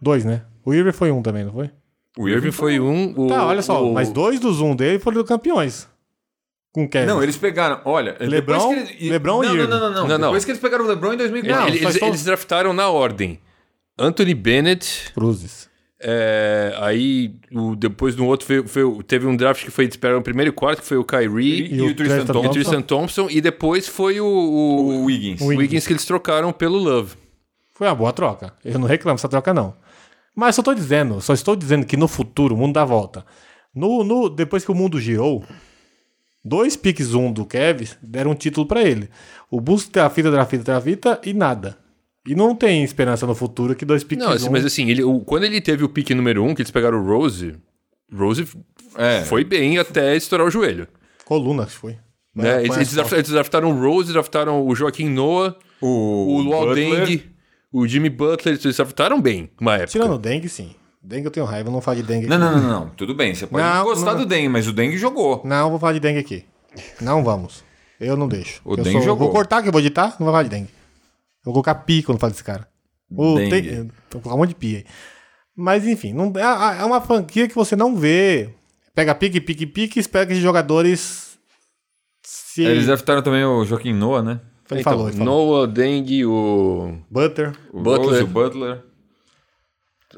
Speaker 2: Dois, né? O Irving foi um também, não foi?
Speaker 4: O Irving foi um. O,
Speaker 2: Tá, olha só.
Speaker 4: o-
Speaker 2: Mas dois dos um dele foram campeões. com Kevin.
Speaker 3: Não, eles pegaram. Olha, depois
Speaker 2: LeBron-
Speaker 3: que eles-
Speaker 2: LeBron e
Speaker 3: não, não,
Speaker 2: Irving.
Speaker 3: não, não, não,
Speaker 4: Não, não.
Speaker 3: Depois que eles pegaram o LeBron em 2004.
Speaker 4: Ele-
Speaker 2: só
Speaker 4: eles,
Speaker 2: estou-
Speaker 4: eles draftaram na ordem. Anthony Bennett,
Speaker 2: Cruzes.
Speaker 4: é, aí o- depois no outro foi- foi o- teve um draft que foi dispararam no primeiro e quarto, que foi o Kyrie
Speaker 3: E o Tristan
Speaker 4: e o
Speaker 3: Thompson.
Speaker 4: Tristan Thompson, e depois foi o, o,
Speaker 3: O Wiggins.
Speaker 4: o Wiggins que eles trocaram pelo Love.
Speaker 2: Foi uma boa troca. Eu não reclamo dessa troca, não. Mas só tô dizendo, só estou dizendo que no futuro o mundo dá volta. No, no, depois que o mundo girou, dois piques um do Kevs deram um título pra ele. O Bulls trafita, trafita, trafita e nada. E não tem esperança no futuro que dois piques
Speaker 4: Não, assim,
Speaker 2: um...
Speaker 4: mas assim, ele- o- quando ele teve o pique número um, que eles pegaram o Rose, Rose f-
Speaker 3: É.
Speaker 4: foi bem até estourar o joelho.
Speaker 2: Coluna, acho que foi.
Speaker 4: né?
Speaker 2: Foi
Speaker 4: Eles,
Speaker 2: a
Speaker 4: eles
Speaker 2: sorte.
Speaker 4: draf- eles draftaram o Rose, draftaram o Joaquim Noah,
Speaker 3: É.
Speaker 4: o, Luol
Speaker 3: Butler.
Speaker 4: Deng, o Jimmy Butler, eles draftaram bem uma época.
Speaker 2: Tirando o Dengue, sim. Dengue eu tenho raiva, eu não falo de Dengue
Speaker 3: Não,
Speaker 2: aqui.
Speaker 3: não, não, não, não. Tudo bem, você pode
Speaker 2: Não,
Speaker 3: gostar
Speaker 2: não.
Speaker 3: do Deng, mas o Deng jogou.
Speaker 2: Não, vou falar de Dengue aqui. Não vamos. Eu não deixo.
Speaker 3: O
Speaker 2: eu
Speaker 3: Dengue
Speaker 2: sou- eu
Speaker 3: jogou.
Speaker 2: Vou cortar que eu vou editar, não vou falar de Dengue. Eu vou colocar pi quando falo desse cara. O
Speaker 3: Dengue.
Speaker 2: Te- Vou colocar um monte de pi aí. Mas enfim, não- é, é uma franquia que você não vê. Pega pique, pique, pique, espera que os jogadores se.
Speaker 3: Eles draftaram também o Joaquim Noah, né?
Speaker 2: Ele
Speaker 4: Então,
Speaker 2: falou, ele falou.
Speaker 4: Noah, Deng,
Speaker 3: Então,
Speaker 4: o.
Speaker 2: Butter.
Speaker 3: O
Speaker 4: Butler.
Speaker 3: Rose, o Butler.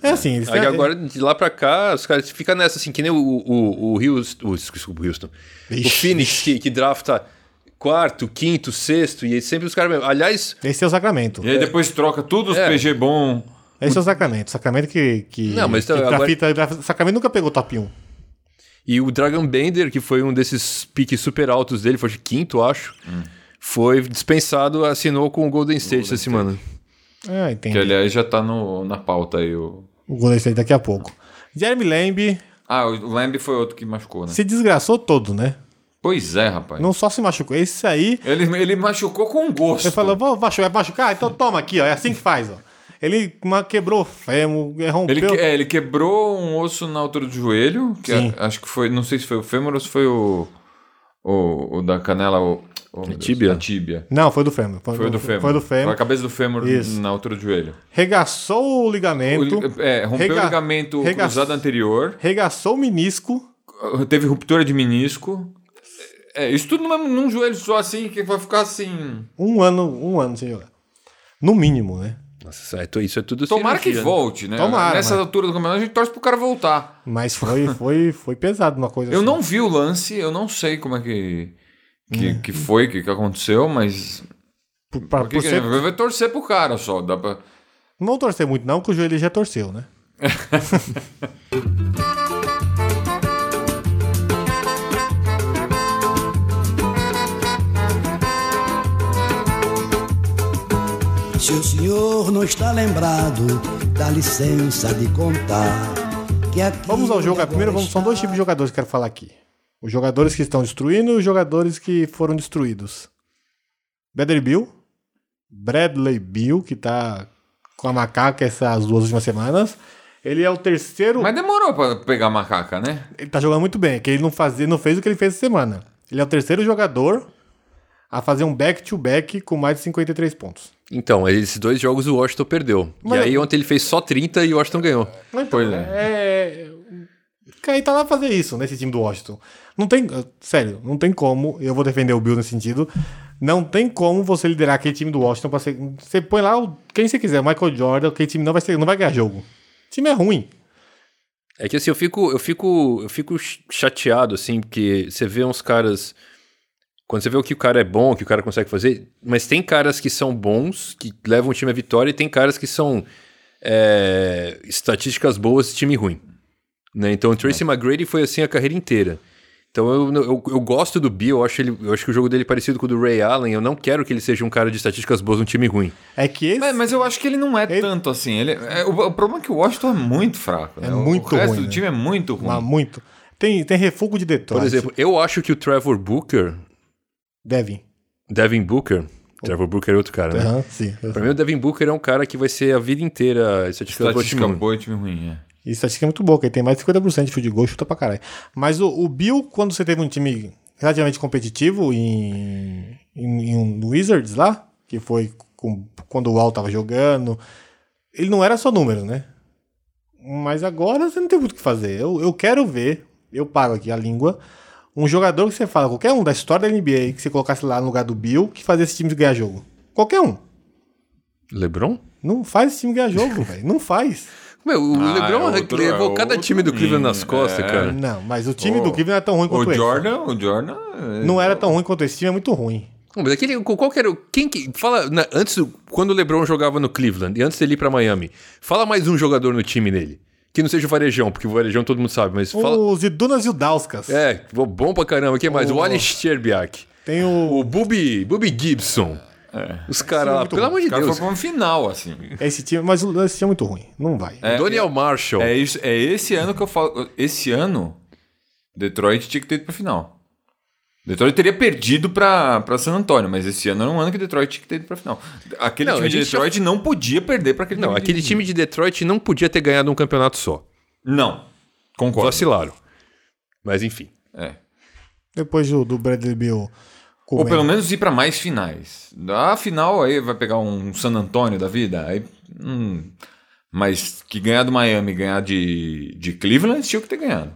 Speaker 2: É assim, eles
Speaker 4: Aí
Speaker 2: têm-
Speaker 4: agora, de lá pra cá, os caras ficam nessa, assim, que nem o, o, o Houston. O, desculpa, o Houston. o
Speaker 2: Ixi,
Speaker 4: Phoenix, que, que drafta quarto, quinto, sexto, e aí sempre os caras. Aliás,
Speaker 2: Esse é o Sacramento.
Speaker 3: E aí depois troca tudo os
Speaker 4: É.
Speaker 3: PG bom.
Speaker 2: Esse é o Sacramento. Sacramento que. que
Speaker 4: Não, mas
Speaker 2: que
Speaker 4: então, agora-
Speaker 2: grafita- graf- Sacramento nunca pegou top 1.
Speaker 4: e o Dragon Bender, que foi um desses piques super altos dele, foi de quinto, acho.
Speaker 3: Hum.
Speaker 4: Foi dispensado, assinou com o Golden State essa semana.
Speaker 2: Ah,
Speaker 3: Que
Speaker 2: entendi.
Speaker 3: aliás já tá no, na pauta aí. O...
Speaker 2: O Golden State daqui a pouco. Jeremy Lamb
Speaker 3: Ah, o Lamb foi outro que machucou, né?
Speaker 2: se desgraçou todo, né?
Speaker 3: Pois é, rapaz.
Speaker 2: Não só se machucou, esse aí.
Speaker 3: Ele, ele machucou com gosto.
Speaker 2: Ele falou, vou machucar, vai machucar? Então toma aqui, ó. É assim que faz, ó. Ele ma- quebrou o fêmur, rompeu.
Speaker 3: Ele, que- é, ele quebrou um osso na altura do joelho, que
Speaker 2: Sim.
Speaker 3: a- acho que foi, não sei se foi o fêmur ou se foi o, o, o da canela, o, oh, meu Deus,
Speaker 4: tíbia?
Speaker 3: a tíbia.
Speaker 2: Não, foi do fêmur. Foi,
Speaker 3: Foi do fêmur.
Speaker 2: Foi do fêmur.
Speaker 3: a cabeça do fêmur
Speaker 2: Isso.
Speaker 3: na altura do joelho.
Speaker 2: Regaçou o
Speaker 3: O
Speaker 2: ligamento,
Speaker 3: li- é, rompeu
Speaker 2: Rega-
Speaker 3: o ligamento
Speaker 2: rega-
Speaker 3: cruzado anterior,
Speaker 2: regaçou o menisco.
Speaker 3: teve ruptura de menisco. É, isso tudo num, num joelho só assim, que vai ficar assim.
Speaker 2: Um ano, um ano sem jogar. No mínimo, né?
Speaker 4: Nossa, isso é tu- isso é tudo
Speaker 3: Tomara que
Speaker 4: cirurgia, né?
Speaker 3: volte, né?
Speaker 2: Tomara,
Speaker 3: Nessa
Speaker 2: mas-
Speaker 3: altura do campeonato, a gente torce pro cara voltar.
Speaker 2: Mas foi, foi, foi pesado uma coisa
Speaker 3: Eu
Speaker 2: assim.
Speaker 3: não vi o lance, eu não sei como é que, que,
Speaker 2: É.
Speaker 3: que foi, o que, que aconteceu, mas.
Speaker 2: Por, pra-
Speaker 3: Por que
Speaker 2: por
Speaker 3: que é?
Speaker 2: ser-
Speaker 3: ele vai torcer pro cara só. Dá pra...
Speaker 2: Não torcer muito, não, que o joelho já torceu, né?
Speaker 8: Se o senhor não está lembrado, dá licença de contar. Que aqui
Speaker 2: Vamos ao jogo. Primeiro, vamos, são dois tipos de jogadores que eu quero falar aqui. Os jogadores que estão destruindo e os jogadores que foram destruídos. Bradley Bill. Bradley Bill, que tá com a macaca essas duas últimas semanas. Ele é o terceiro.
Speaker 3: Mas demorou pra pegar a macaca, né?
Speaker 2: Ele tá jogando muito bem, que ele não, fazia, não fez o que ele fez essa semana. Ele é o terceiro jogador a fazer um back-to-back com mais de 53 pontos.
Speaker 4: Então, esses dois jogos o Washington perdeu.
Speaker 2: Mas-
Speaker 4: e aí ontem ele fez só 30 e o Washington ganhou.
Speaker 3: Pois é.
Speaker 2: então, É. Caí tá lá pra fazer isso nesse time do Washington. Não tem. ah, Sério, não tem como. Eu vou defender o Bill nesse sentido. Não tem como você liderar aquele time do Washington pra ser. Você põe lá o- quem você quiser, o Michael Jordan, aquele time não vai, ser, não vai ganhar jogo. O time é ruim.
Speaker 4: É que assim, eu fico, eu fico, eu fico ch- chateado, assim, porque você vê uns caras. Quando você vê o que o cara é bom, o que o cara consegue fazer, mas tem caras que são bons, que levam o time à vitória, e tem caras que são é, estatísticas boas e time ruim. Né? Então o Tracy McGrady foi assim a carreira inteira. Então eu, eu, eu gosto do Bill, eu acho, ele, eu acho que o jogo dele é parecido com o do Ray Allen, eu não quero que ele seja um cara de estatísticas boas num time ruim.
Speaker 2: É que esse.
Speaker 3: Mas, mas eu acho que ele não é
Speaker 2: Ele-
Speaker 3: tanto assim. Ele... é, o, o problema é que o Washington é muito fraco. Né?
Speaker 2: É
Speaker 3: O-
Speaker 2: muito
Speaker 3: O resto
Speaker 2: ruim,
Speaker 3: do
Speaker 2: né?
Speaker 3: time é muito ruim.
Speaker 2: lá muito. Tem, tem refugo de Detroit.
Speaker 4: Por exemplo, eu acho que o Trevor Booker,
Speaker 2: Devin.
Speaker 4: Devin Booker, Trevor Booker é outro cara, né?
Speaker 2: Aham, sim.
Speaker 4: Pra mim, o Devin Booker é um cara que vai ser a vida inteira estatística do
Speaker 3: Estatística
Speaker 4: time.
Speaker 3: boa e time ruim, é.
Speaker 2: E estatística é muito boa, que ele tem mais de 50% de field goal, chuta pra caralho. Mas o, o Bill, quando você teve um time relativamente competitivo em, em, em um Wizards lá, que foi com- quando o Al tava jogando, ele não era só número, né? Mas agora você não tem muito o que fazer. Eu, eu quero ver, eu pago aqui a língua, Um jogador que você fala, qualquer um da história da NBA, que você colocasse lá no lugar do Bill, que fazia esse time ganhar jogo. Qualquer um.
Speaker 4: LeBron?
Speaker 2: Não faz esse time ganhar jogo, velho. Não faz.
Speaker 4: Meu, o
Speaker 3: Ah,
Speaker 4: LeBron
Speaker 3: é outro-
Speaker 4: levou
Speaker 3: é
Speaker 4: cada
Speaker 3: outro
Speaker 4: time do Cleveland
Speaker 3: time,
Speaker 4: nas costas,
Speaker 3: é.
Speaker 4: cara.
Speaker 2: Não, mas o time
Speaker 3: Oh.
Speaker 2: do Cleveland não era tão ruim quanto
Speaker 3: O
Speaker 2: esse.
Speaker 3: Jordan, o Jordan. é-
Speaker 2: Não era tão ruim quanto esse time, é muito ruim.
Speaker 4: Não, mas aquele, qual que era, o- quem que, fala, na- antes, do- quando o LeBron jogava no Cleveland e antes dele ir pra Miami, fala mais um jogador no time dele, que não seja o Varejão, porque o Varejão todo mundo sabe, mas fala,
Speaker 2: Os Idunas e o Dauskas.
Speaker 4: é, pô, bom pra caramba, quem mais? O
Speaker 2: O-
Speaker 4: Alex Cherbiak,
Speaker 2: Tem o.
Speaker 4: o Bubi, Bubi Gibson,
Speaker 3: É.
Speaker 4: os caras lá,
Speaker 2: é muito
Speaker 4: pelo
Speaker 2: bom.
Speaker 4: amor de
Speaker 3: Os caras
Speaker 4: Deus,
Speaker 3: foram pra um final, assim.
Speaker 2: Esse time, mas o- esse time é muito ruim. Não vai.
Speaker 4: O Daniel Marshall,
Speaker 3: É, isso, é esse ano que eu falo. Esse ano, Detroit tinha que ter ido pra final. Detroit teria perdido pra, pra San Antônio, mas esse ano era um ano que Detroit tinha que ter ido pra final. Aquele
Speaker 4: Não, a
Speaker 3: time de
Speaker 4: gente já-
Speaker 3: Detroit não podia perder pra aquele
Speaker 4: não,
Speaker 3: time. de-
Speaker 4: aquele time de Detroit não podia ter ganhado um campeonato só,
Speaker 3: Não, concordo.
Speaker 4: vacilaram, mas enfim.
Speaker 3: É.
Speaker 2: Depois do, do Bradley Bill.
Speaker 3: Ou
Speaker 2: comendo.
Speaker 3: pelo menos ir pra mais finais. A final aí vai pegar um San Antônio da vida. Aí, hum, mas que ganhar do Miami e ganhar de, de Cleveland tinha que ter ganhado.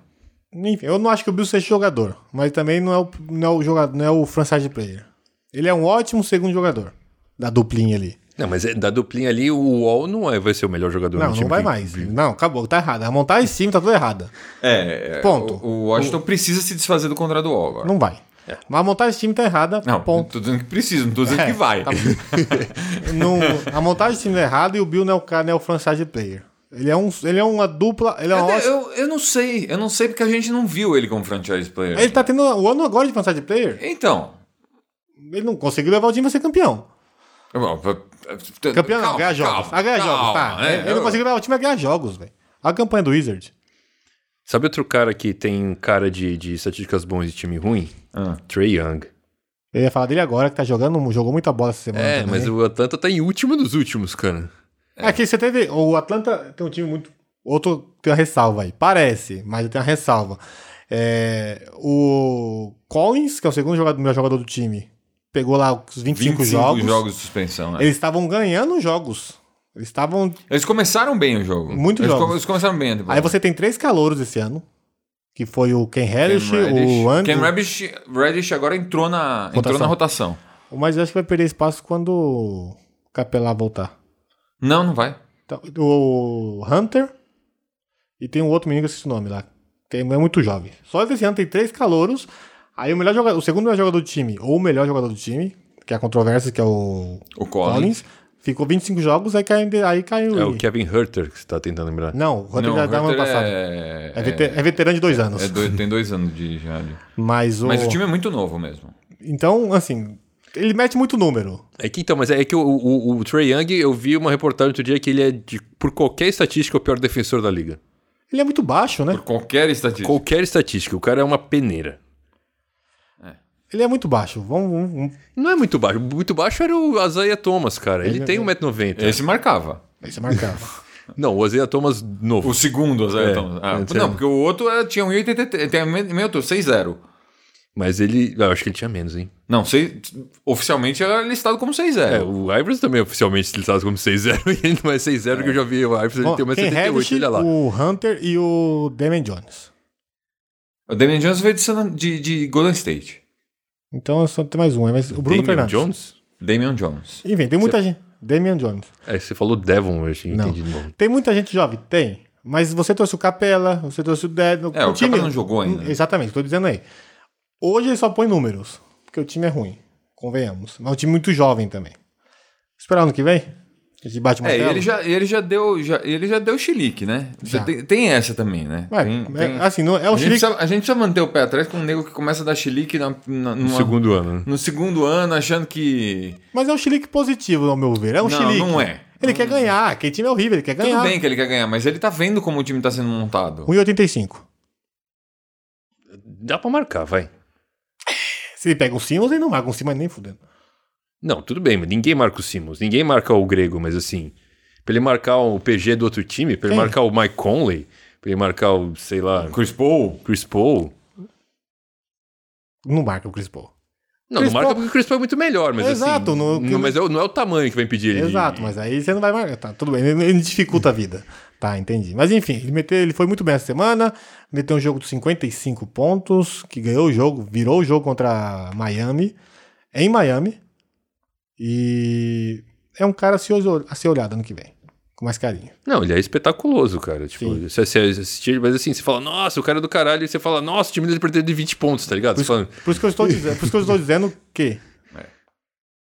Speaker 2: Enfim, eu não acho que o Bill seja jogador, mas também não é o, não é o jogador, não é o franchise player. Ele é um ótimo segundo jogador da duplinha ali.
Speaker 4: Não, mas é- da duplinha ali, o Wall não é- vai ser o melhor jogador
Speaker 2: Não,
Speaker 4: do time.
Speaker 2: não vai
Speaker 4: que-
Speaker 2: mais. Não, acabou, tá errado. A montagem de time tá tudo errada.
Speaker 3: É,
Speaker 2: Ponto.
Speaker 3: O, o Washington precisa se desfazer do contrato do Wall agora.
Speaker 2: Não vai. Mas a montagem de time tá errada.
Speaker 3: Não,
Speaker 2: ponto.
Speaker 3: tô dizendo que precisa, não tô dizendo
Speaker 2: É,
Speaker 3: que vai.
Speaker 2: tá bom. Não- a montagem de time tá errada e o Bill não é o cara, não é o franchise player. Ele é, um, ele é uma dupla, ele é uma
Speaker 3: Eu,
Speaker 2: ótima.
Speaker 3: eu, eu não sei, eu não sei porque a gente não viu ele como franchise player.
Speaker 2: Ele tá tendo o ano agora de franchise player.
Speaker 3: Então.
Speaker 2: Ele não conseguiu levar o time a ser campeão.
Speaker 3: bom,
Speaker 2: Campeão não,
Speaker 3: calma,
Speaker 2: ganhar jogos.
Speaker 3: calma,
Speaker 2: ah, ganhar jogos,
Speaker 3: calma,
Speaker 2: tá.
Speaker 3: né?
Speaker 2: ele não conseguiu levar o time a ganhar jogos, velho. A campanha do Wizard.
Speaker 4: Sabe outro cara que tem cara de, de estatísticas bons de time ruim?
Speaker 3: Ah.
Speaker 4: Trey Young.
Speaker 2: Eu ia falar dele agora, que tá jogando, jogou muita bola essa semana.
Speaker 4: É,
Speaker 2: também.
Speaker 4: mas o Atlanta tá em último dos últimos, cara.
Speaker 2: É que você teve. O Atlanta tem um time muito. Outro tem uma ressalva aí. Parece, mas tem uma ressalva. É, o Collins, que é o segundo jogador, melhor jogador do time, pegou lá os 25,
Speaker 3: 25
Speaker 2: jogos.
Speaker 3: jogos. de suspensão. né?
Speaker 2: Eles estavam ganhando jogos. Eles estavam.
Speaker 3: Eles começaram bem o jogo.
Speaker 2: Muito
Speaker 3: eles,
Speaker 2: jogos.
Speaker 3: come- eles começaram bem. a temporada.
Speaker 2: Aí você tem três calouros esse ano. Que foi o Ken
Speaker 3: Cam
Speaker 2: Reddish,
Speaker 3: Reddish.
Speaker 2: o Andrew.
Speaker 3: Cam Reddish, Reddish agora entrou na rotação. entrou na rotação.
Speaker 2: Mas eu acho que vai perder espaço quando o Capelá voltar.
Speaker 3: Não, não vai.
Speaker 2: Então, o Hunter e tem um outro menino que eu esqueci o nome lá. Que é muito jovem. Só esse ano tem três calouros. Aí o melhor jogador, o segundo melhor jogador do time, ou o melhor jogador do time, que é a controvérsia, que é o
Speaker 3: O Collins.
Speaker 2: Collins, ficou 25 jogos, aí caiu. Aí caiu
Speaker 4: É o Kevin Herter que você tá tentando lembrar.
Speaker 2: Não, o Hunter
Speaker 3: Não,
Speaker 2: já
Speaker 3: o
Speaker 2: dava ano
Speaker 3: Hunter
Speaker 2: passado. É,
Speaker 3: É,
Speaker 2: vete- é veterano de dois anos.
Speaker 3: é dois- tem dois anos de já. de-
Speaker 2: Mas, o,
Speaker 3: Mas o time é muito novo mesmo.
Speaker 2: Então, assim, ele mete muito número.
Speaker 4: É que então, mas é que o, o, o Trey Young, eu vi uma reportagem outro dia que ele é, de- por qualquer estatística, o pior defensor da liga.
Speaker 2: Ele é muito baixo, né?
Speaker 3: Por qualquer estatística.
Speaker 4: Qualquer estatística, o cara é uma peneira.
Speaker 2: Ele é muito baixo. Vamos, vamos- vamos-
Speaker 4: Não é muito baixo. Muito baixo era o Isaiah Thomas, cara.
Speaker 2: é
Speaker 4: Ele tem 1,90m.
Speaker 3: Esse marcava.
Speaker 2: Esse é marcado.
Speaker 4: Não, o Isaiah Thomas novo.
Speaker 3: O segundo, Zé.
Speaker 4: É,
Speaker 3: então. Ah,
Speaker 4: é,
Speaker 3: não,
Speaker 4: sim.
Speaker 3: porque o outro era- tinha 1,83. Tem um meu, 6-0.
Speaker 4: Mas ele... Eu acho que ele tinha menos, hein?
Speaker 3: Não, sei, oficialmente era listado como 6-0.
Speaker 4: É, o Iverson também é oficialmente listado como 6-0 e ele não é 6-0 que eu já vi. O Iverson ele
Speaker 2: Bom,
Speaker 4: tem uma
Speaker 2: Ken
Speaker 4: 78,
Speaker 2: Reddish,
Speaker 4: olha lá.
Speaker 2: o Hunter e o Damian Jones.
Speaker 3: O Damian Jones veio de, San- de- de Golden State.
Speaker 2: Então só tem mais um, é, mas o Bruno
Speaker 4: Damian
Speaker 2: Fernandes.
Speaker 4: Jones?
Speaker 3: Damian Jones.
Speaker 2: Enfim, tem muita gente. Damian Jones.
Speaker 4: É, você falou Devon, eu achei,
Speaker 2: Não.
Speaker 4: entendi de novo.
Speaker 2: Tem muita gente jovem? Tem. Mas você trouxe o Capela, você trouxe o Dead.
Speaker 3: É, o Capela não jogou ainda.
Speaker 2: Exatamente, tô dizendo aí. Hoje ele só põe números, porque o time é ruim, convenhamos. Mas é um time muito jovem também. Esperar ano que vem? A gente bate o
Speaker 3: É,
Speaker 2: martelo?
Speaker 3: ele já, ele já deu já, ele já deu chilique, né?
Speaker 2: Já.
Speaker 3: Tem, tem essa também, né?
Speaker 2: Ué,
Speaker 3: Tem-
Speaker 2: é,
Speaker 3: tem-
Speaker 2: assim, não, é o
Speaker 3: a, gente
Speaker 2: Chile.
Speaker 3: precisa, a gente precisa manter o pé atrás com um nego que começa a dar chilique na- na-
Speaker 4: No
Speaker 3: numa-
Speaker 4: segundo ano, né?
Speaker 3: no segundo ano, achando que.
Speaker 2: Mas é um chilique positivo, ao meu ver. É um
Speaker 3: Não,
Speaker 2: chilique.
Speaker 3: não é.
Speaker 2: Ele quer ganhar. Que time é horrível, ele quer
Speaker 3: Tudo
Speaker 2: ganhar.
Speaker 3: bem que ele quer ganhar, mas ele tá vendo como o time tá sendo montado.
Speaker 2: 1,85.
Speaker 4: Dá pra marcar, vai.
Speaker 2: Se ele pega um Simmons, ele não marca um Simmons nem fudendo.
Speaker 4: Não, tudo bem, mas ninguém marca o Simmons, ninguém marca o Grego, mas assim, pra ele marcar o PG do outro time, pra ele
Speaker 2: Quem?
Speaker 4: marcar o Mike Conley, pra ele marcar o, sei lá,
Speaker 3: Chris Paul?
Speaker 4: Chris Paul.
Speaker 2: Não marca o Chris Paul.
Speaker 4: Não,
Speaker 2: Chris
Speaker 4: não marca
Speaker 2: Paul-
Speaker 4: porque o Chris Paul é muito melhor, mas
Speaker 2: Exato,
Speaker 4: assim.
Speaker 2: no-
Speaker 4: não, mas é o- não é o tamanho que vai impedir ele. de-
Speaker 2: Exato, mas aí você não vai marcar. Tá, tudo bem, ele, ele dificulta a vida. Tá, entendi. Mas enfim, ele, meteu, ele foi muito bem essa semana, meteu um jogo de 55 pontos, que ganhou o jogo, virou o jogo contra Miami, em Miami. E é um cara a se, olho- a ser olhado ano que vem, com mais carinho.
Speaker 4: Não, ele é espetaculoso, cara. Tipo,
Speaker 2: Sim.
Speaker 4: você, você assistir, mas assim, você fala, nossa, o cara é do caralho, e você fala, nossa, o time dele perdeu de 20 pontos, tá ligado? Você fala,
Speaker 2: Por isso que eu estou dizendo, por isso que eu estou dizendo que.
Speaker 3: É.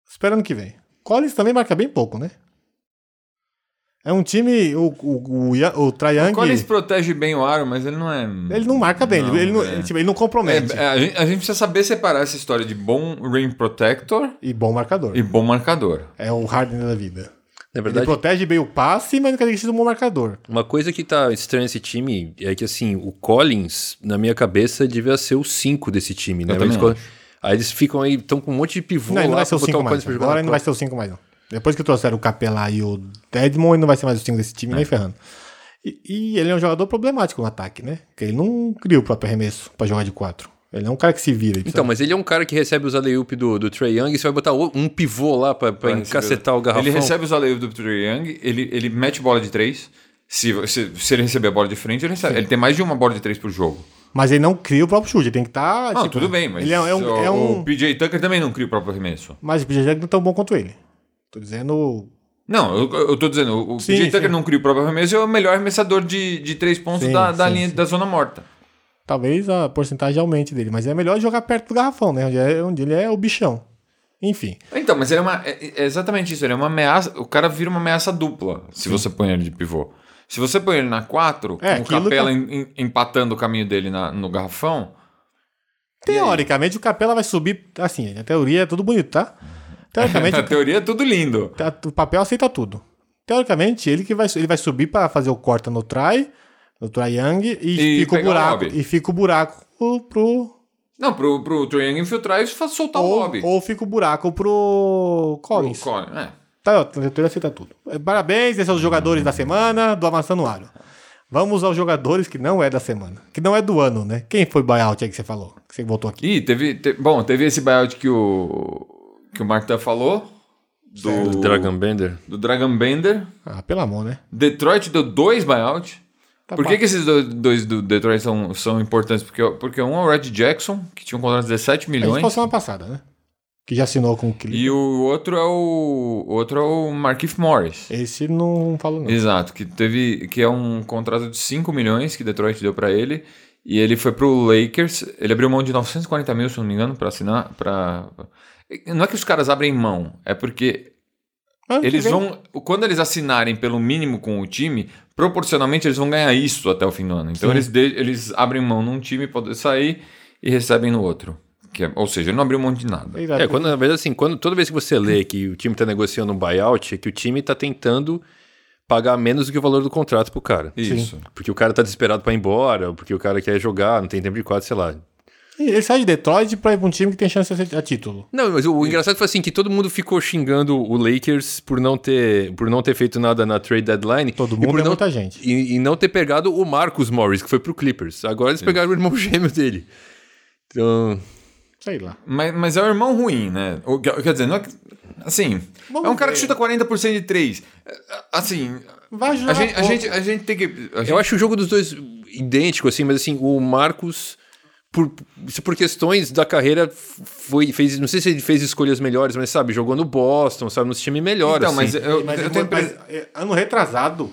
Speaker 2: Espera ano que vem. Collins também marca bem pouco, né? É um time. O, o, o, Ia- o Trae Young,
Speaker 3: O Collins protege bem o aro, mas ele não é.
Speaker 2: Ele não marca bem, ele, ele não,
Speaker 3: é.
Speaker 2: ele, tipo, ele não
Speaker 3: É,
Speaker 2: compromete.
Speaker 3: é, a, gente, a gente precisa saber separar essa história de bom rim protector
Speaker 2: E bom marcador.
Speaker 3: e bom marcador.
Speaker 2: É o Harden da vida.
Speaker 4: na
Speaker 2: Ele
Speaker 4: verdade,
Speaker 2: protege bem o passe, mas não quer dizer que seja um bom marcador.
Speaker 4: uma coisa que tá estranha nesse time é que, assim, o Collins, na minha cabeça, devia ser o 5 desse time, né?
Speaker 3: também
Speaker 4: Mas quando- Aí eles ficam aí, estão com um monte de pivô
Speaker 2: não, ele não
Speaker 4: lá
Speaker 2: vai ser o
Speaker 4: pra botar
Speaker 2: 5
Speaker 4: o Collins
Speaker 2: mais. um. né?
Speaker 4: pra
Speaker 2: Agora
Speaker 4: jogar.
Speaker 2: ele não vai ser o 5 mais, não. Depois que trouxeram o Capelá e o Edmond, ele não vai ser mais o 5 desse time, nem ferrando. E, e ele é um jogador problemático no ataque, né? Porque ele não cria o próprio arremesso pra jogar de 4. Ele é um cara que se vira. ele
Speaker 4: Então,
Speaker 2: precisa-
Speaker 4: mas ele é um cara que recebe os alley-oop do, do Trae Young e você vai botar o- um pivô lá pra, pra
Speaker 3: Vai
Speaker 4: encacetar o
Speaker 3: receber-
Speaker 4: garrafão.
Speaker 3: Ele recebe os aleios do Trae Young, ele, ele mete bola de três. Se, se, se ele receber a bola de frente, ele recebe. Ele tem mais de uma bola de três por jogo.
Speaker 2: mas ele não cria o próprio chute, ele tem que estar.
Speaker 3: Não, tudo bem, mas
Speaker 2: Ele é, é um.
Speaker 3: o,
Speaker 2: É um
Speaker 3: o PJ Tucker também não cria o próprio arremesso.
Speaker 2: mas o PJ não é tão bom quanto ele. Tô dizendo.
Speaker 3: Não, eu, eu tô dizendo, o o
Speaker 2: Sim,
Speaker 3: PJ Tucker
Speaker 2: sim.
Speaker 3: não cria o próprio arremesso e é o melhor arremessador de, de três pontos
Speaker 2: Sim,
Speaker 3: da, da
Speaker 2: sim,
Speaker 3: linha
Speaker 2: sim.
Speaker 3: da zona morta.
Speaker 2: Talvez a porcentagem aumente dele, mas é melhor jogar perto do garrafão, né? Onde, é, onde ele é o bichão. Enfim.
Speaker 3: Então, mas ele é uma. É, é exatamente isso, ele é uma ameaça. O cara vira uma ameaça dupla se você põe ele de pivô. Se você põe ele na 4,
Speaker 2: É,
Speaker 3: com o
Speaker 2: aquilo
Speaker 3: Capela
Speaker 2: que-
Speaker 3: em- em- empatando o caminho dele na- no garrafão,
Speaker 2: Teoricamente, o Capela vai subir. Assim, a teoria é tudo bonito, tá? Teoricamente,
Speaker 3: na
Speaker 2: o,
Speaker 3: teoria é tudo lindo.
Speaker 2: tá- o papel aceita tudo. Teoricamente, ele que vai, ele vai subir pra fazer o corta no try, no try Young, e,
Speaker 3: E
Speaker 2: fica o
Speaker 3: pegar o
Speaker 2: buraco.
Speaker 3: lobby.
Speaker 2: e fica o buraco pro.
Speaker 3: Não, pro, pro Trae Young infiltrar e fa- soltar Tá o
Speaker 2: ou,
Speaker 3: lobby.
Speaker 2: ou fica o buraco pro Collins.
Speaker 3: Pro Collins, é.
Speaker 2: Tá, ó, a diretoria aceita tudo. Eh, Parabéns, esses são os jogadores da semana do Amassando Aro. Vamos aos jogadores que não é da semana. Que não é do ano, né? Quem foi buyout aí que você falou? Que você botou aqui?
Speaker 3: Ih, teve. te- bom, teve esse buyout que o. que o Marta falou. Do,
Speaker 4: O Dragon Bender.
Speaker 3: do Dragon Bender.
Speaker 2: Ah, pelo amor, né?
Speaker 3: Detroit deu dois buyout.
Speaker 2: Tá
Speaker 3: Por
Speaker 2: bom.
Speaker 3: que, que esses dois, dois do Detroit são, são importantes? Porque, porque um é o Red Jackson, que tinha um contrato de 17
Speaker 2: A gente
Speaker 3: milhões.
Speaker 2: falou semana passada, né? Que já assinou com o Clippers.
Speaker 3: E o outro é o. o outro é o Markif Morris.
Speaker 2: Esse não falo não.
Speaker 3: Exato, que teve. Que é um contrato de 5 milhões que Detroit deu pra ele. E ele foi pro Lakers. Ele abriu mão de 940 mil, se eu não me engano, pra assinar. Pra... Não é que os caras abrem mão, é porque
Speaker 2: Mas
Speaker 3: Eles
Speaker 2: vem-
Speaker 3: vão. Quando eles assinarem pelo mínimo com o time, proporcionalmente eles vão ganhar isso até o fim do ano. Então eles, de- eles abrem mão num time, podem sair e recebem no outro. Que é- ou seja, ele não abriu mão de nada.
Speaker 2: Exato.
Speaker 4: É, quando, na verdade, assim, quando, toda vez que você lê que o time tá negociando um buyout, é que o time tá tentando pagar menos do que o valor do contrato pro cara.
Speaker 3: Isso.
Speaker 4: Porque o cara tá desesperado pra ir embora, ou porque o cara quer jogar, não tem tempo de quadro, sei lá.
Speaker 2: E Ele sai de Detroit pra ir pra um time que tem chance de ser- a título.
Speaker 4: Não, mas o, o engraçado foi assim, que todo mundo ficou xingando o Lakers por não ter, por não ter feito nada na trade deadline.
Speaker 2: Todo
Speaker 4: e
Speaker 2: mundo
Speaker 4: por
Speaker 2: é
Speaker 4: não,
Speaker 2: muita gente.
Speaker 4: E, e não ter pegado o Marcus Morris, que foi pro Clippers. Agora eles pegaram o irmão gêmeo dele. Então,
Speaker 2: Sei lá.
Speaker 3: Mas, mas é um irmão ruim, né? O que- Quer dizer, não é que. Assim.
Speaker 2: Vamos
Speaker 3: é um cara que
Speaker 2: ver.
Speaker 3: chuta 40% de 3. Assim.
Speaker 2: Vai
Speaker 3: A
Speaker 2: jogar
Speaker 3: gente, a,
Speaker 2: pouco.
Speaker 3: gente, a gente tem que. a gente-
Speaker 4: Eu acho o jogo dos dois idêntico, assim, mas assim, o Marcos, por, isso por questões da carreira, foi, fez. Não sei se ele fez escolhas melhores, mas sabe, jogou no Boston, sabe, nos times melhores.
Speaker 3: então,
Speaker 4: assim.
Speaker 3: mas eu,
Speaker 2: Mas,
Speaker 3: eu
Speaker 2: enquanto-
Speaker 3: tenho impre-
Speaker 2: mas, é, ano retrasado,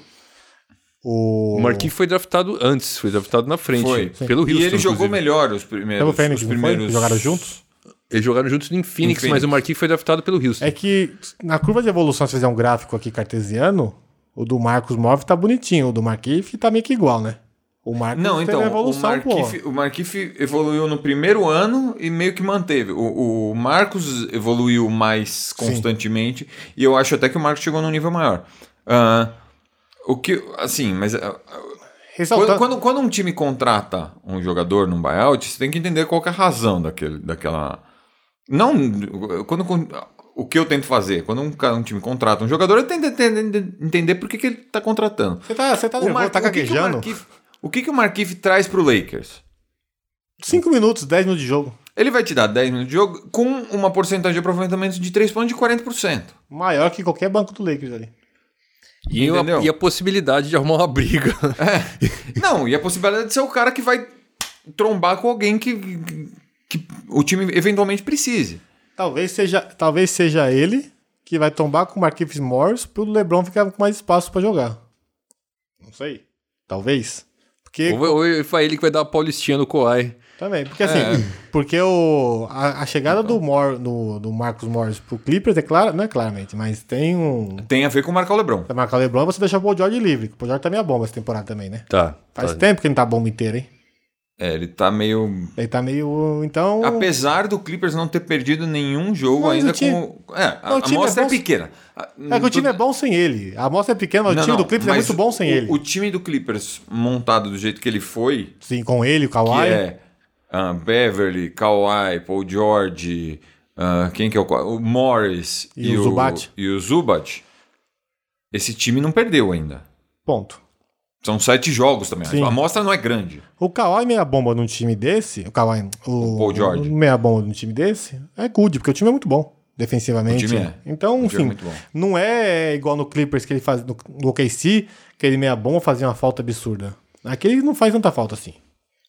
Speaker 2: o...
Speaker 4: O Marquinhos foi draftado antes, foi draftado na frente.
Speaker 3: Foi.
Speaker 4: Pelo Houston,
Speaker 3: E ele jogou
Speaker 4: inclusive.
Speaker 3: melhor os primeiros.
Speaker 2: Pelo Fênix,
Speaker 3: os
Speaker 2: não foi?
Speaker 3: primeiros...
Speaker 2: Jogaram juntos?
Speaker 4: Eles jogaram juntos em Phoenix,
Speaker 3: Em Phoenix.
Speaker 4: mas o Marquinhos foi draftado pelo Houston.
Speaker 2: É que na curva de evolução, se fizer um gráfico aqui cartesiano, o do Marcos Morve tá bonitinho, o do Marquinhos tá meio que igual, né? O Marcos
Speaker 3: Não, então,
Speaker 2: teve
Speaker 3: o,
Speaker 2: evolução, pô.
Speaker 3: Markif, o Markif evoluiu no primeiro ano e meio que manteve. O, o Marcos evoluiu mais constantemente e eu acho até que o Marcos chegou num nível maior. Ah, o que, assim, mas ah,
Speaker 2: Ressaltando,
Speaker 3: quando, quando, quando um time contrata um jogador num buyout, você tem que entender qual que é a razão daquele, daquela. Não. Quando, quando- o que eu tento fazer? Quando um, cara- um time contrata um jogador, eu tento entender, entender por que, que ele está contratando.
Speaker 2: Você tá, você tá nervoso, tá
Speaker 3: o que que o
Speaker 2: caguejando.
Speaker 3: Markieff- O que, que o Markif traz pro Lakers?
Speaker 2: 5 minutos, 10 minutos de jogo.
Speaker 3: Ele vai te dar 10 minutos de jogo com uma porcentagem de aproveitamento de 3 pontos de 40%.
Speaker 2: Maior que qualquer banco do Lakers ali.
Speaker 4: E, a,
Speaker 3: Entendeu?
Speaker 4: e a possibilidade de arrumar uma briga.
Speaker 3: Não, e a possibilidade de ser o cara que vai trombar com alguém que, que que o time eventualmente precise.
Speaker 2: Talvez seja, talvez seja ele que vai tombar com o Marquinhos Morris pro LeBron ficar com mais espaço pra jogar. Não sei. Talvez. Porque
Speaker 4: ou, vai- ou vai ele que vai dar a paulistinha no Kawhi.
Speaker 2: também, porque assim,
Speaker 3: É.
Speaker 2: porque o a, a chegada do, Mor, do do Marcos Morris pro Clippers é clara, não é claramente, mas tem um
Speaker 3: Tem a ver com marcar o Lebron.
Speaker 2: Pra marcar o LeBron, você deixa o Paul George livre. que O Paul George tá meia bomba essa temporada também, né?
Speaker 4: Tá.
Speaker 2: Faz
Speaker 4: tá.
Speaker 2: tempo que ele não tá bomba inteira, hein?
Speaker 3: É, ele tá meio.
Speaker 2: Ele tá meio. Então.
Speaker 3: Apesar do Clippers não ter perdido nenhum jogo
Speaker 2: Mas
Speaker 3: ainda
Speaker 2: o time-
Speaker 3: com. É, a
Speaker 2: Não, o
Speaker 3: a
Speaker 2: time é
Speaker 3: amostra é,
Speaker 2: bom-
Speaker 3: pequena.
Speaker 2: É que o time é bom sem ele. A amostra é pequena, mas o time do Clippers é muito bom sem ele.
Speaker 3: O time do Clippers montado do jeito que ele foi,
Speaker 2: Sim, com ele, o
Speaker 3: que
Speaker 2: Kawhi.
Speaker 3: é ah, Beverly, Kawhi, Paul George, ah, quem que é o, qua- o Morris
Speaker 2: E o Zubat.
Speaker 3: e o Zubat, esse time não perdeu ainda.
Speaker 2: Ponto.
Speaker 3: São sete jogos também.
Speaker 2: Sim.
Speaker 3: A amostra não é grande.
Speaker 2: O Kawhi meia bomba num time desse. O Kawhi. O,
Speaker 3: O Paul George.
Speaker 2: Meia bomba num time desse. É good, porque o time é muito bom. Defensivamente.
Speaker 3: O time é.
Speaker 2: Então,
Speaker 3: O time é
Speaker 2: enfim.
Speaker 3: muito bom.
Speaker 2: não é igual no Clippers que ele faz. No, no OKC, que ele meia bomba fazia uma falta absurda. Aqui ele não faz tanta falta assim.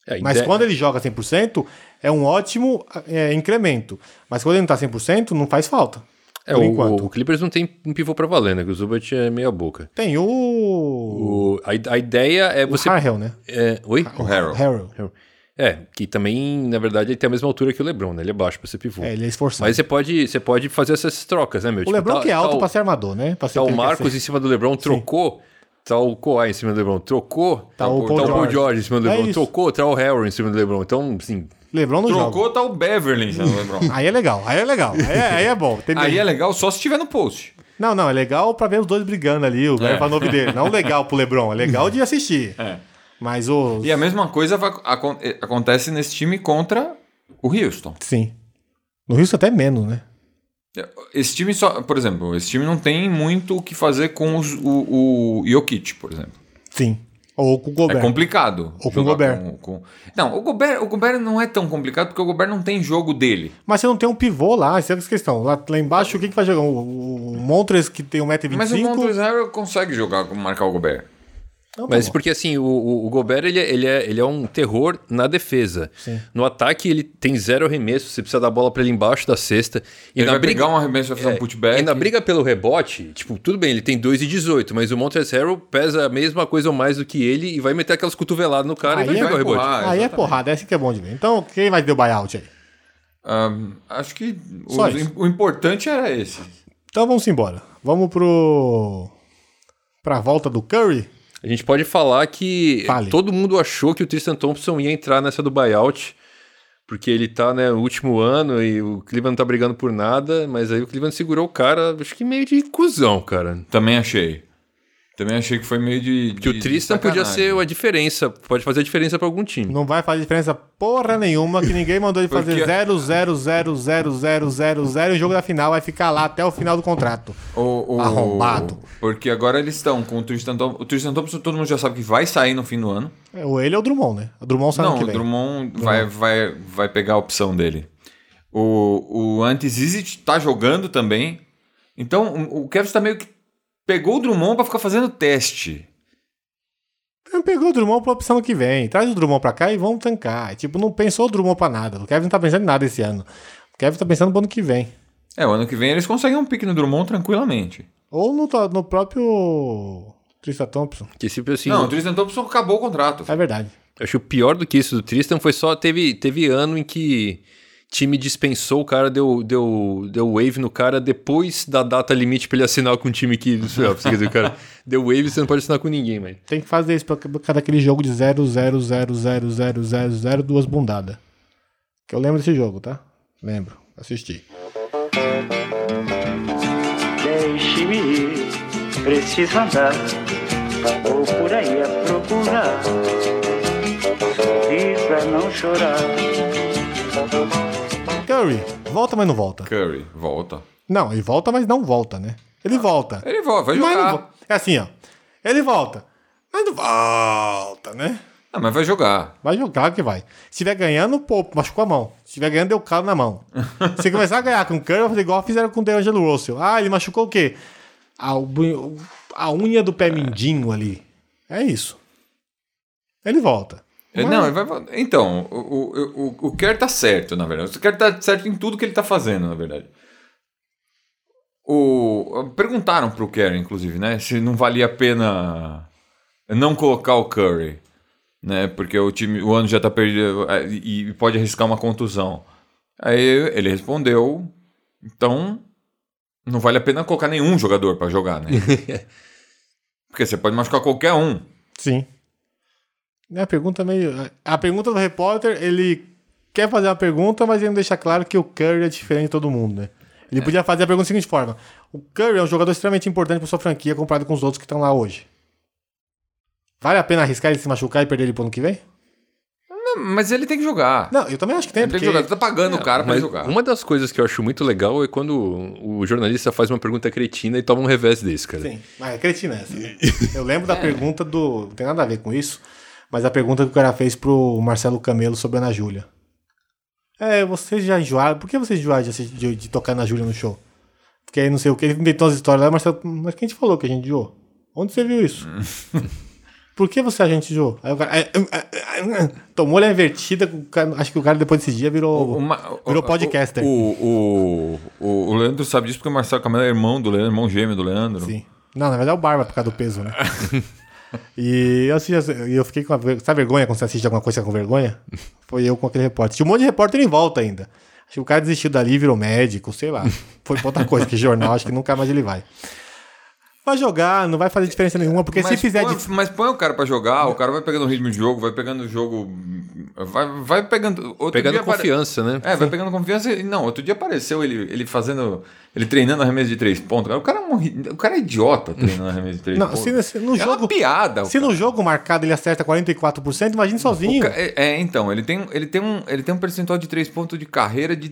Speaker 4: É,
Speaker 3: Então,
Speaker 2: Mas
Speaker 4: ide-
Speaker 2: quando ele joga 100%, é um ótimo é, incremento. Mas quando ele não tá 100%, não faz falta.
Speaker 4: é,
Speaker 2: por
Speaker 4: o,
Speaker 2: enquanto.
Speaker 4: o Clippers não tem um pivô pra valer, né? Que o Zubat é meia boca.
Speaker 2: Tem o.
Speaker 4: O, a, i- a ideia é você.
Speaker 2: Harrell, né?
Speaker 4: é, oi?
Speaker 3: O Harold.
Speaker 2: Harrell.
Speaker 4: É, que também, na verdade, ele tem a mesma altura que o Lebron, né? Ele é baixo pra ser pivô.
Speaker 2: É, ele é esforçado.
Speaker 4: Mas você pode, você pode fazer essas trocas, né, meu?
Speaker 2: o LeBron
Speaker 3: tipo,
Speaker 2: que é alto
Speaker 4: tá, o-
Speaker 2: pra ser armador, né? Pra ser
Speaker 4: Tá
Speaker 2: que
Speaker 4: o
Speaker 2: ele quer
Speaker 4: Marcos
Speaker 2: ser.
Speaker 4: em cima do Lebron, trocou. Tá o Kawhi em cima do Lebron, trocou.
Speaker 2: Tá o Paul George.
Speaker 4: George em cima do
Speaker 2: É
Speaker 4: Lebron,
Speaker 2: isso.
Speaker 4: trocou. Tá o Harry em cima do Lebron. Então, assim,
Speaker 2: LeBron não joga.
Speaker 3: Trocou, tá o Beverly, né, o Lebron.
Speaker 2: Aí é legal, aí é legal. Aí é, aí é bom. Tem
Speaker 3: Aí é
Speaker 2: legal.
Speaker 3: legal só se tiver no post.
Speaker 2: Não, não, é legal pra ver os dois brigando ali, o é. Ivanov dele. Não legal pro LeBron, é legal de assistir. Mas o.
Speaker 3: É. E a mesma coisa va- acon- eh, acontece nesse time contra o Houston.
Speaker 2: Sim. No Houston até menos, né?
Speaker 3: Esse time só, por exemplo, esse time não tem muito o que fazer com os- o, o Jokic, por exemplo.
Speaker 2: Sim. Ou com o Gobert.
Speaker 3: É complicado.
Speaker 2: Ou com o
Speaker 3: jogar
Speaker 2: Gobert.
Speaker 3: com- com- Não, o Gobert, o Gobert não é tão complicado porque o Gobert não tem jogo dele.
Speaker 2: Mas você não tem um pivô lá, essa é a questão. Lá, lá embaixo, o que, que vai jogar? O, o, o Montres que tem 1,25m?
Speaker 3: Mas o Montrezl Harrell consegue jogar, com- marcar o Gobert.
Speaker 2: Não, tá
Speaker 4: Mas
Speaker 2: bom.
Speaker 4: porque assim, o, o, o Gobert ele, é- ele, é, ele é um terror na defesa. No ataque ele tem zero arremesso, você precisa dar a bola pra ele embaixo da cesta. E
Speaker 3: Ele
Speaker 4: na
Speaker 3: vai
Speaker 4: briga,
Speaker 3: pegar um arremesso, vai fazer um
Speaker 4: é,
Speaker 3: putback.
Speaker 4: e na briga pelo rebote, tipo, tudo bem, ele tem 2 e 18, mas o Montrezl Harrell pesa a mesma coisa ou mais do que ele e vai meter aquelas cotoveladas no cara
Speaker 2: Aí
Speaker 4: e vai
Speaker 2: é-
Speaker 4: pegar o rebote.
Speaker 3: empurrar,
Speaker 2: Aí é
Speaker 3: Ah, exatamente.
Speaker 2: porrada, essa que é bom de ver. Então, quem vai ter o buyout aí?
Speaker 3: Ahn, Ah, acho que os-
Speaker 2: Só isso.
Speaker 3: o importante era esse.
Speaker 2: Então vamos embora. Vamos pro. pra volta do Curry?
Speaker 4: A gente pode falar que
Speaker 2: Fale.
Speaker 4: todo mundo achou que o Tristan Thompson ia entrar nessa do buyout, porque ele tá né, no último ano e o Cleveland não tá brigando por nada, mas aí o Cleveland segurou o cara, acho que meio de cuzão, cara.
Speaker 3: Também achei. Também achei que foi meio de.
Speaker 4: Que o Tristan podia ser a diferença, pode fazer a diferença pra algum time.
Speaker 2: Não vai fazer diferença porra nenhuma, que ninguém mandou ele fazer
Speaker 3: Porque-
Speaker 2: 0, 0, 0, 0, 0, 0, 0 e o jogo da final vai ficar lá até o final do contrato.
Speaker 3: O, o-
Speaker 2: Arrombado.
Speaker 3: Porque agora eles estão com o Tristan Thompson. O Tristan Thompson todo mundo já sabe que vai sair no fim do ano.
Speaker 2: É, Ou ele ou o Drummond, né? O Drummond sabe
Speaker 3: Não,
Speaker 2: que
Speaker 3: o
Speaker 2: vem.
Speaker 3: Drummond vai, vai, vai pegar a opção dele. O, o Antizizit tá jogando também. Então o, o Kevs tá meio que pegou o Drummond pra ficar fazendo teste.
Speaker 2: Não pegou o Drummond pra opção que vem. Traz o Drummond pra cá e vamos tancar. Tipo, não pensou o Drummond pra nada. O Kevin não tá pensando em nada esse ano. O Kevin tá pensando no ano que vem.
Speaker 3: É, o ano que vem eles conseguem um pique no Drummond tranquilamente.
Speaker 2: Ou no, to- no próprio Tristan Thompson.
Speaker 4: Que tipo assim,
Speaker 3: Não, o Tristan Thompson acabou o contrato.
Speaker 2: É verdade.
Speaker 4: acho que o pior do que isso do Tristan foi só teve teve ano em que time dispensou o cara, deu deu deu wave no cara depois da data limite pra ele assinar com um time que, quer dizer, o cara deu wave, você não pode assinar com ninguém, mas
Speaker 2: Tem que fazer isso pra cada aquele jogo de 0, 0, 0, 0, 0, 0, 0, duas bundadas. Que eu lembro desse jogo, tá? Lembro. Assisti.
Speaker 9: Deixe-me ir, preciso andar, vou por aí a procurar, sorrir pra não chorar.
Speaker 2: Curry, volta, mas não volta.
Speaker 3: Curry, volta.
Speaker 2: Não, ele volta, mas não volta, né? Ele volta.
Speaker 3: Ele volta, vai
Speaker 2: Mas
Speaker 3: jogar.
Speaker 2: não vo- É assim, ó. Ele volta. Mas não volta, né?
Speaker 3: Ah, mas vai jogar.
Speaker 2: Vai jogar, claro que vai. Se tiver ganhando, pô, machucou a mão. Se tiver ganhando, deu calo na mão. Se começar a ganhar com o Curry, vai fazer igual fizeram com o DeAngelo Russell. Ah, ele machucou o quê? a, bu- a unha do pé mindinho ali. É isso. Ele volta.
Speaker 3: É, Não, ele vai, então, o, o, o, o Kerr tá certo, na verdade. O Kerr tá certo em tudo que ele tá fazendo, na verdade. O, perguntaram pro Kerr, inclusive, né? Se não valia a pena não colocar o Curry, né? Porque o time, o ano já tá perdido é, e e pode arriscar uma contusão. Aí ele respondeu, então não vale a pena colocar nenhum jogador pra jogar, né? Porque você pode machucar qualquer um.
Speaker 2: Sim. É a pergunta meio. A pergunta do repórter, ele quer fazer uma pergunta, mas ele não deixa claro que o Curry é diferente de todo mundo, né? Ele podia fazer a pergunta da seguinte forma: O Curry é um jogador extremamente importante para sua franquia comparado com os outros que estão lá hoje. Vale a pena arriscar ele se machucar e perder ele pro ano que vem?
Speaker 3: Mas ele tem que jogar.
Speaker 2: Não, eu também acho que tem,
Speaker 3: Ele tem
Speaker 2: porque É,
Speaker 3: que jogar. Você tá pagando o cara pra
Speaker 4: Mas
Speaker 3: jogar.
Speaker 4: uma das coisas que eu acho muito legal é quando o jornalista faz uma pergunta cretina e toma um revés desse, cara.
Speaker 2: Sim, mas é cretina essa. né? Eu lembro da pergunta do. Não tem nada a ver com isso, mas a pergunta que o cara fez pro Marcelo Camelo sobre a Ana Júlia. É, vocês já enjoaram. Por que vocês enjoaram de, assistir- de- de tocar Ana Júlia no show? Porque aí não sei o que, ele inventou as histórias lá, mas, mas quem te falou que a gente enjoou? Onde você viu isso? Por que você a gente enjoou? Aí o cara. "Ah, ah, ah, ah", Tomou-lhe a invertida, o cara- acho que o cara depois desse dia virou.
Speaker 3: Uma-
Speaker 2: virou
Speaker 3: o-
Speaker 2: podcaster.
Speaker 3: O, o, o, o Leandro sabe disso porque o Marcelo Camelo é irmão do Leandro, irmão gêmeo do Leandro.
Speaker 2: Sim. Não, na verdade é o Barba por causa do peso, né? e eu, assisti, e eu fiquei com a ver- Sabe a vergonha quando você assiste alguma coisa com vergonha? Foi eu com aquele repórter. Tinha um monte de repórter em volta ainda. Acho que o cara desistiu dali, virou médico, sei lá. Foi pra outra coisa, que jornal, acho que nunca mais ele vai. Vai jogar, não vai fazer diferença nenhuma, porque se
Speaker 3: Mas
Speaker 2: fizer.
Speaker 3: põe,
Speaker 2: dif-
Speaker 3: mas põe o cara pra jogar, o cara vai pegando o ritmo de jogo, vai pegando o jogo. Vai, vai pegando. outro
Speaker 4: Pegando
Speaker 3: dia apare-
Speaker 4: confiança, né?
Speaker 3: É, vai pegando confiança. e- Não, outro dia apareceu ele, ele fazendo. Ele treinando arremesso de três pontos. O cara é, um, ri- o cara é idiota treinando arremesso de três
Speaker 2: Não,
Speaker 3: pontos.
Speaker 2: se, se no
Speaker 3: é
Speaker 2: jogo.
Speaker 3: uma piada. o
Speaker 2: Se no
Speaker 3: cara.
Speaker 2: jogo marcado ele acerta 44%, imagine sozinho.
Speaker 3: Ca- É, é, então, ele tem, ele, tem um, ele tem um percentual de 3 pontos de carreira de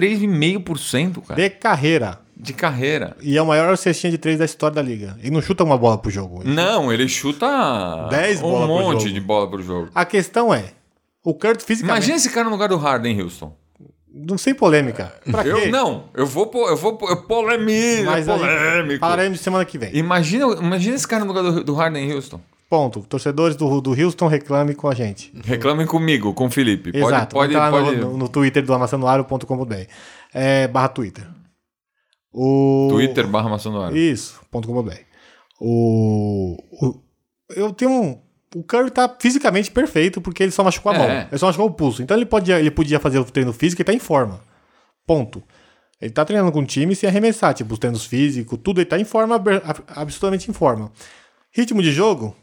Speaker 3: 43,5%, cara.
Speaker 2: De carreira.
Speaker 3: De carreira.
Speaker 2: E é o maior cestinha de três da história da liga. E não chuta uma bola pro jogo.
Speaker 3: Não, ele chuta
Speaker 2: 10
Speaker 3: um
Speaker 2: bola pro
Speaker 3: monte
Speaker 2: jogo.
Speaker 3: de bola pro jogo.
Speaker 2: A questão é: o Kurt fisicamente.
Speaker 3: Imagina esse cara no lugar do Harden, Houston.
Speaker 2: Não sem polêmica. Pra quê?
Speaker 3: É. Eu não, eu vou po- eu vou po- eu polêmico,
Speaker 2: Mas a gente-
Speaker 3: polêmico.
Speaker 2: falaremos semana que vem.
Speaker 3: Imagina, imagina esse cara no lugar do, do Harden, Houston.
Speaker 2: Ponto. Torcedores do, do Houston reclame com a gente.
Speaker 3: Reclamem comigo, com o Felipe. Pode,
Speaker 2: Exato.
Speaker 3: pode,
Speaker 2: Entra lá
Speaker 3: pode.
Speaker 2: No, no, no Twitter do amassanoaro.com.br. É, barra Twitter. O...
Speaker 3: Twitter barra maçã do ar.
Speaker 2: Isso, ponto .com.br. O... o... Eu tenho um... O Curry tá fisicamente perfeito porque ele só machucou a
Speaker 3: É.
Speaker 2: mão. Ele só machucou o pulso. Então ele podia, ele podia fazer o treino físico e tá em forma. Ponto. Ele tá treinando com o time sem arremessar, tipo, os treinos físicos, tudo, ele tá em forma, ab- ab- absolutamente em forma. Ritmo de jogo,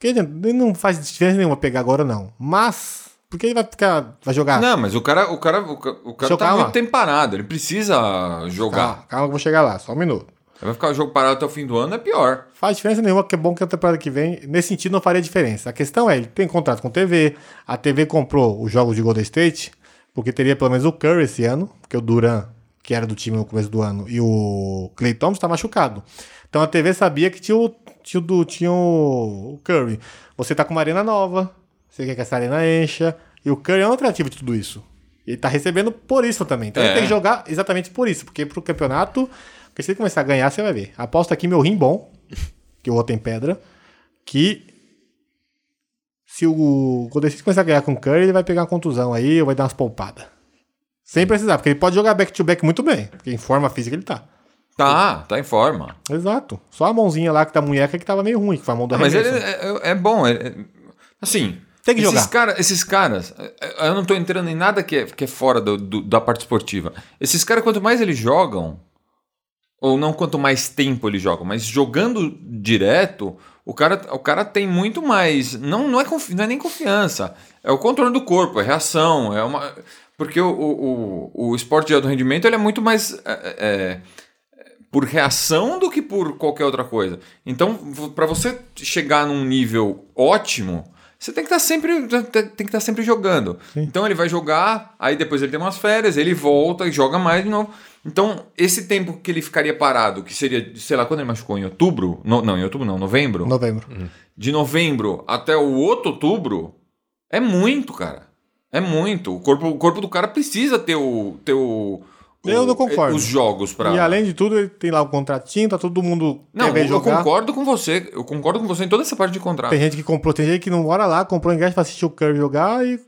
Speaker 2: que ele ele não faz diferença nenhuma pegar agora, não. Mas, porque ele vai ficar, vai jogar.
Speaker 3: Não, mas o cara, o cara, o cara, o cara
Speaker 2: Seu
Speaker 3: tá
Speaker 2: calma.
Speaker 3: muito tempo parado. Ele
Speaker 2: Tá.
Speaker 3: precisa jogar.
Speaker 2: calma, calma que eu vou chegar lá, só um minuto.
Speaker 3: Vai É ficar o jogo parado até o fim do ano, é pior.
Speaker 2: Faz diferença nenhuma, que é bom que a temporada que vem, nesse sentido, não faria diferença. A questão é, ele tem contrato com TV, a TV comprou os jogos de Golden State, porque teria pelo menos o Curry esse ano, porque o Duran, que era do time no começo do ano, e o Clay Thompson está machucado. Então a TV sabia que tinha o, tinha o, Du- tinha o o Curry. Você tá com uma arena nova, você quer que essa arena encha, e o Curry é um atrativo de tudo isso. Ele tá recebendo por isso também. Então
Speaker 3: É.
Speaker 2: ele tem que jogar exatamente por isso, porque pro campeonato, porque se ele começar a ganhar, você vai ver. Aposto aqui meu rim bom, que o outro tem pedra, que se o Golden State começar a ganhar com o Curry, ele vai pegar uma contusão aí, ou vai dar umas poupadas. Sem precisar, porque ele pode jogar back-to-back muito bem, porque em forma física ele tá.
Speaker 3: Tá, tá em forma.
Speaker 2: Exato. Só a mãozinha lá que tá munheca que tava meio ruim, que foi a mão do
Speaker 3: Mas ele
Speaker 2: arremesso.
Speaker 3: é, é- é bom. ele- é- assim.
Speaker 2: Tem que
Speaker 3: esses
Speaker 2: jogar.
Speaker 3: cara- esses caras, é- eu não tô entrando em nada que é, que é fora do- do- da parte esportiva. Esses caras, quanto mais eles jogam, ou não quanto mais tempo eles jogam, mas jogando direto, o cara, o cara tem muito mais. Não, não, é, confi- não é nem confiança. É o controle do corpo, é reação, é uma. Porque o, o, o, o esporte de alto rendimento ele é muito mais. é, é, por reação do que por qualquer outra coisa. Então, para você chegar num nível ótimo, você tem que estar sempre tem que estar sempre jogando. Então ele vai jogar, aí depois ele tem umas férias, ele volta e joga mais de novo. Então, esse tempo que ele ficaria parado, que seria, sei lá, quando ele machucou em outubro, no- não, em outubro não, novembro,
Speaker 2: Novembro.
Speaker 3: Hum, de novembro até o outro outubro, é muito, cara. É muito. O corpo, o corpo do cara precisa ter o, ter o,
Speaker 2: Eu não
Speaker 3: o-
Speaker 2: concordo.
Speaker 3: Os jogos pra.
Speaker 2: E além de tudo, ele tem lá o contratinho, tá todo mundo
Speaker 3: não,
Speaker 2: quer ver
Speaker 3: eu
Speaker 2: jogar.
Speaker 3: concordo com você. Eu concordo com você em toda essa parte de contrato.
Speaker 2: Tem gente que comprou, tem gente que não mora lá, comprou ingresso pra assistir o Curry jogar e.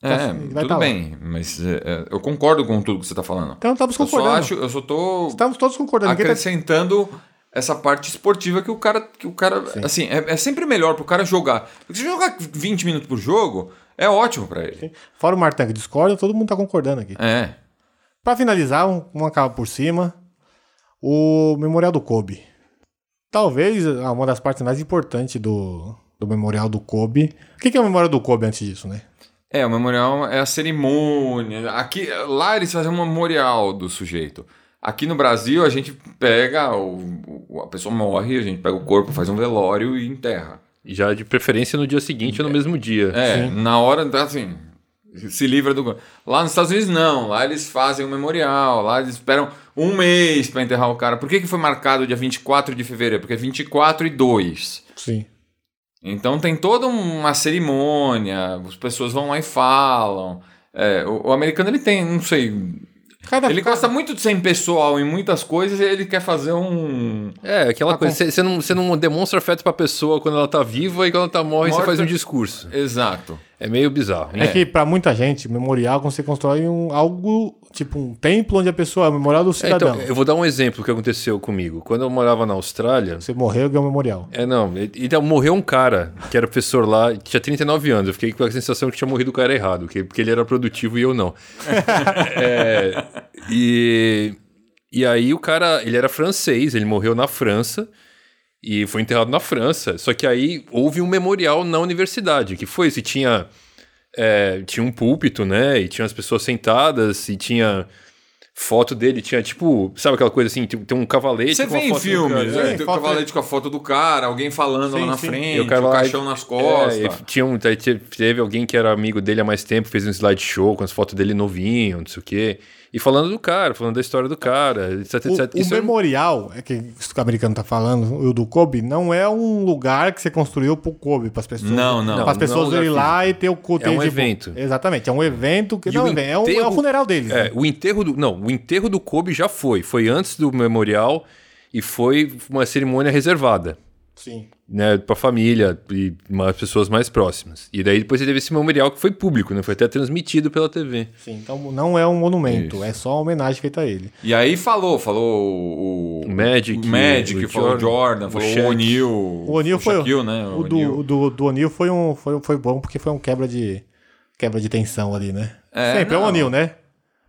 Speaker 3: É,
Speaker 2: Ele vai
Speaker 3: tudo
Speaker 2: tá lá.
Speaker 3: bem, mas é, é, eu concordo com tudo que você tá falando.
Speaker 2: Então estamos
Speaker 3: eu só
Speaker 2: concordando.
Speaker 3: acho, eu só tô
Speaker 2: Estamos todos concordando. Ninguém tá-
Speaker 3: acrescentando essa parte esportiva que o cara. Que o cara assim, é, é sempre melhor pro cara jogar. Porque se jogar 20 minutos por jogo, é ótimo pra ele.
Speaker 2: Fora o Martin que discorda, todo mundo tá concordando aqui.
Speaker 3: É.
Speaker 2: Pra finalizar, um, um acaba por cima. O Memorial do Kobe. Talvez ah, uma das partes mais importantes do, do Memorial do Kobe. O que, que é o Memorial do Kobe antes disso, né?
Speaker 3: É, o memorial é a cerimônia. Aqui, lá eles fazem um memorial do sujeito. Aqui no Brasil a gente pega o, o- a pessoa morre, a gente pega o corpo, faz um velório e enterra.
Speaker 4: E já de preferência no dia seguinte ou no mesmo dia.
Speaker 3: É, na hora tá assim, se livra do corpo. Lá nos Estados Unidos não, lá eles fazem um memorial, lá eles esperam um mês pra enterrar o cara. Por que, que foi marcado dia 24 de fevereiro? Porque é 24 e 2.
Speaker 2: Sim.
Speaker 3: Então tem toda uma cerimônia, as pessoas vão lá e falam. É, o, o americano ele tem, não sei,
Speaker 2: Cada,
Speaker 3: Ele gosta muito de ser impessoal em muitas coisas e ele quer fazer um.
Speaker 4: É, aquela coisa. Você você não, você não demonstra afeto pra pessoa quando ela tá viva e quando ela tá morre, você
Speaker 3: Morta.
Speaker 4: faz um discurso.
Speaker 3: Exato.
Speaker 4: É meio bizarro.
Speaker 2: É que pra muita gente, memorial, quando você constrói um, algo, tipo um templo onde a pessoa é o memorial do
Speaker 4: É,
Speaker 2: cidadão.
Speaker 4: então, eu vou dar um exemplo que aconteceu comigo. Quando eu morava na Austrália.
Speaker 2: Você morreu, ganhou o memorial.
Speaker 4: É, não. e- Então, morreu um cara que era professor lá, que tinha 39 anos. Eu fiquei com a sensação que tinha morrido o cara errado, que, porque ele era produtivo e eu não. É, e, e aí o cara, ele era francês, ele morreu na França e foi enterrado na França. Só que aí houve um memorial na universidade, que foi isso. E tinha, é, tinha um púlpito, né? E tinha as pessoas sentadas, e tinha foto dele, tinha tipo, sabe aquela coisa assim, tem tem um cavalete
Speaker 3: Você
Speaker 4: com uma
Speaker 3: vê em
Speaker 4: foto do
Speaker 3: filmes,
Speaker 4: cara.
Speaker 2: né?
Speaker 3: é, tem o
Speaker 2: Foto-
Speaker 3: cavalete com a foto do cara, alguém falando
Speaker 2: Sim,
Speaker 3: lá na
Speaker 2: sim.
Speaker 3: frente,
Speaker 4: E
Speaker 3: o,
Speaker 4: o cara lá-
Speaker 3: um caixão nas
Speaker 4: É, e
Speaker 3: costas.
Speaker 4: tinha um, te- te- teve alguém que era amigo dele há mais tempo, fez um slideshow com as fotos dele novinho, não sei o quê. E falando do cara, falando da história do cara, etc,
Speaker 2: O,
Speaker 4: etc.
Speaker 2: o
Speaker 4: Isso é um-
Speaker 2: memorial, é que isso que o americano tá falando, o do Kobe, não é um lugar que você construiu pro Kobe, pras pessoas. Para
Speaker 3: Não, não.
Speaker 2: as
Speaker 4: Não, não é um
Speaker 2: pessoas
Speaker 4: lugar
Speaker 2: irem lá e ter o culto.
Speaker 4: É
Speaker 2: ter, tipo,
Speaker 4: um evento.
Speaker 2: Exatamente, é um evento que.
Speaker 4: E
Speaker 2: não,
Speaker 4: o
Speaker 2: é um evento, é, um, é o
Speaker 4: enterro-
Speaker 2: funeral deles.
Speaker 4: É,
Speaker 2: né?
Speaker 4: o enterro do. Não, o enterro do Kobe já foi. Foi antes do memorial e foi uma cerimônia reservada.
Speaker 2: Sim.
Speaker 4: Né, pra família e as pessoas mais próximas. E daí depois teve esse memorial que foi público, né? Foi até transmitido pela TV.
Speaker 2: Sim. Então não é um monumento, é só uma homenagem feita a ele.
Speaker 3: E aí falou, falou o.
Speaker 4: O Magic,
Speaker 3: o Magic,
Speaker 4: o
Speaker 3: falou o Jordan,
Speaker 4: Jordan, o
Speaker 3: falou
Speaker 4: Shaq.
Speaker 3: o O'Neal.
Speaker 2: O O'Neill foi.
Speaker 3: Shaquille,
Speaker 2: o,
Speaker 3: né? O,
Speaker 2: o do,
Speaker 3: O'Neal.
Speaker 2: o do, do O'Neill foi, um, foi, foi bom porque foi um quebra de. Quebra de tensão ali, né?
Speaker 3: É,
Speaker 2: Sempre é o
Speaker 3: não.
Speaker 2: O'Neill, né?